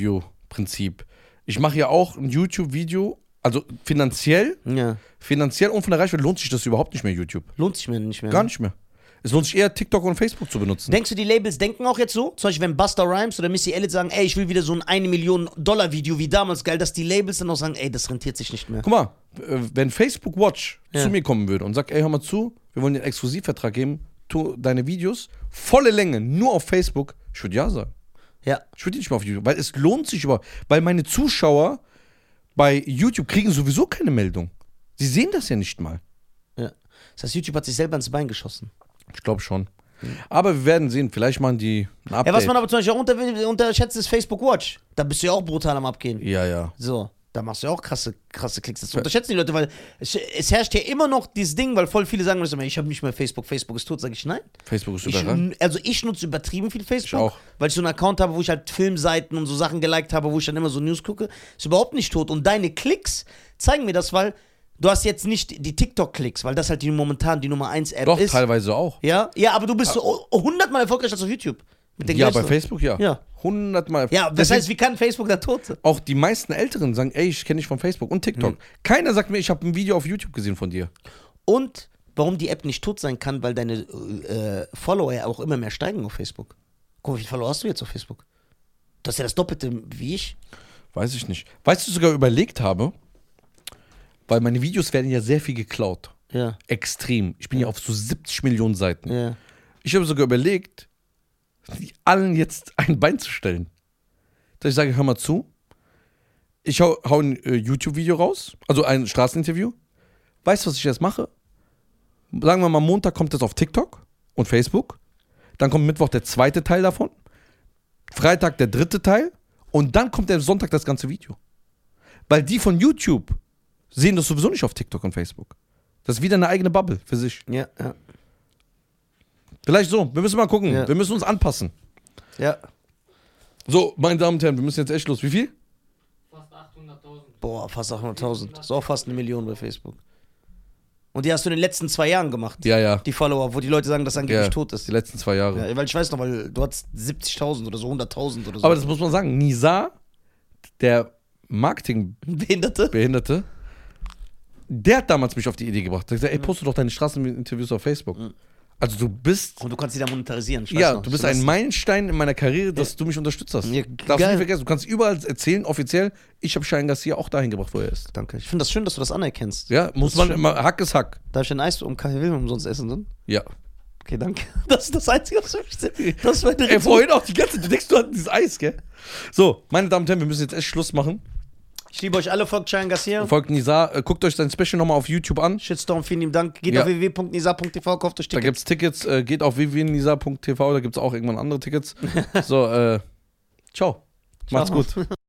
S2: Straßeninterview-Prinzip. Ich mache ja auch ein YouTube-Video, also finanziell,
S1: ja.
S2: finanziell und von der Reichweite lohnt sich das überhaupt nicht mehr, YouTube.
S1: Lohnt sich mir nicht mehr.
S2: Gar nicht mehr. Es lohnt sich eher, TikTok und Facebook zu benutzen.
S1: Denkst du, die Labels denken auch jetzt so? Zum Beispiel, wenn Buster Rhymes oder Missy Elliott sagen, ey, ich will wieder so ein 1 Million Dollar Video wie damals, geil, dass die Labels dann auch sagen, ey, das rentiert sich nicht mehr.
S2: Guck mal, äh, wenn Facebook Watch
S1: Ja.
S2: zu mir kommen würde und sagt, ey, hör mal zu, wir wollen dir einen Exklusivvertrag geben, tu deine Videos, volle Länge, nur auf Facebook, ich würde ja sagen.
S1: Ja.
S2: Ich würde die nicht mal auf YouTube, weil es lohnt sich überhaupt. Weil meine Zuschauer bei YouTube kriegen sowieso keine Meldung. Sie sehen das ja nicht mal.
S1: ja. Das heißt, YouTube hat sich selber ins Bein geschossen.
S2: Ich glaube schon. Aber wir werden sehen, vielleicht machen die ein Update.
S1: Ja, was man aber zum Beispiel auch unter, unterschätzt, ist Facebook Watch. Da bist du ja auch brutal am Abgehen.
S2: ja, ja.
S1: So, da machst du ja auch krasse, krasse Klicks. Das unterschätzen die Leute, weil es, es herrscht ja immer noch dieses Ding, weil voll viele sagen, müssen, ich habe nicht mehr Facebook, Facebook ist tot. Sage ich, nein.
S2: Facebook ist
S1: Ich,
S2: überrannt.
S1: also ich nutze übertrieben viel Facebook,
S2: auch.
S1: weil ich so einen Account habe, wo ich halt Filmseiten und so Sachen geliked habe, wo ich dann immer so News gucke. Ist überhaupt nicht tot. Und deine Klicks zeigen mir das, weil du hast jetzt nicht die TikTok-Klicks, weil das halt die momentan die Nummer 1 App
S2: Doch,
S1: ist.
S2: teilweise auch.
S1: Ja? ja, aber du bist so hundertmal erfolgreicher als auf YouTube. Mit den
S2: Ja, bei
S1: gleichen-
S2: Facebook ja.
S1: Ja.
S2: Hundertmal.
S1: Ja, das
S2: Deswegen-
S1: heißt, wie kann Facebook da tot sein?
S2: auch die meisten Älteren sagen, ey, ich kenne dich von Facebook und TikTok. Keiner sagt mir, ich habe ein Video auf YouTube gesehen von dir.
S1: Und warum die App nicht tot sein kann, weil deine äh, Follower ja auch immer mehr steigen auf Facebook. Guck, mal, wie viele Follower hast du jetzt auf Facebook? Du hast ja das Doppelte wie ich.
S2: Weiß ich nicht. Weißt du, sogar überlegt habe, weil meine Videos werden ja sehr viel geklaut.
S1: Ja,
S2: Extrem. Ich bin ja auf so 70 Millionen Seiten.
S1: ja.
S2: Ich habe sogar überlegt, die allen jetzt ein Bein zu stellen. Dass ich sage, hör mal zu, ich hau, hau ein äh, YouTube-Video raus, also ein Straßeninterview. Weißt du, was ich jetzt mache? Sagen wir mal, Montag kommt das auf TikTok und Facebook. Dann kommt Mittwoch der zweite Teil davon. Freitag der dritte Teil. Und dann kommt am Sonntag das ganze Video. Weil die von YouTube sehen das sowieso nicht auf TikTok und Facebook. Das ist wieder eine eigene Bubble für sich.
S1: Ja, ja.
S2: Vielleicht so. Wir müssen mal gucken.
S1: Ja.
S2: Wir müssen uns anpassen.
S1: Ja.
S2: So, meine Damen und Herren, wir müssen jetzt echt los. Wie viel?
S4: Fast 800.000.
S1: Boah, fast 800.000. Ist auch fast eine Million bei Facebook. Und die hast du in den letzten zwei Jahren gemacht.
S2: Ja, ja.
S1: Die Follower, wo die Leute sagen, dass angeblich
S2: ja.
S1: tot ist.
S2: Die letzten zwei Jahre.
S1: Ja, weil ich weiß noch, weil du hattest 70.000 oder so, 100.000 oder so.
S2: Aber das muss man sagen. Nisa, der Marketingbehinderte,
S1: Behinderte?
S2: der hat damals mich auf die Idee gebracht. Der hat gesagt, ey, poste doch deine Straßeninterviews auf Facebook. Also du bist,
S1: Und du kannst sie da monetarisieren. ich weiß
S2: ja,
S1: noch.
S2: du bist
S1: So
S2: ein
S1: das-
S2: Meilenstein in meiner Karriere, dass du mich unterstützt hast.
S1: Ja,
S2: Darfst du
S1: geil.
S2: nicht vergessen. Du kannst überall erzählen, offiziell, ich habe Schein Garcia auch dahin gebracht, wo er ist.
S1: Danke. Ich finde das schön, dass du das anerkennst.
S2: Ja, muss
S1: ist
S2: man
S1: schön.
S2: immer, Hack ist Hack.
S1: Darf ich ein Eis um Kaffee Wilhelm umsonst essen? Dann?
S2: Ja.
S1: Okay, danke. Das ist das Einzige, was ich sehe. Das ist meine
S2: Ey,
S1: Rettung.
S2: vorhin auch die ganze Du denkst, du hattest dieses Eis, gell? So, meine Damen und Herren, wir müssen jetzt echt Schluss machen.
S1: Ich liebe euch alle, folgt Cheyenne Garcia.
S2: Folgt Nisa, äh, guckt euch sein Special nochmal auf YouTube an.
S1: Shitstorm, vielen lieben Dank. Geht
S2: Ja.
S1: auf www.nisa.tv, kauft euch
S2: Da
S1: Tickets.
S2: gibt's Tickets, äh, geht auf www.nisa.tv, da gibt's auch irgendwann andere Tickets. So, äh, ciao. Macht's
S1: Ciao.
S2: gut.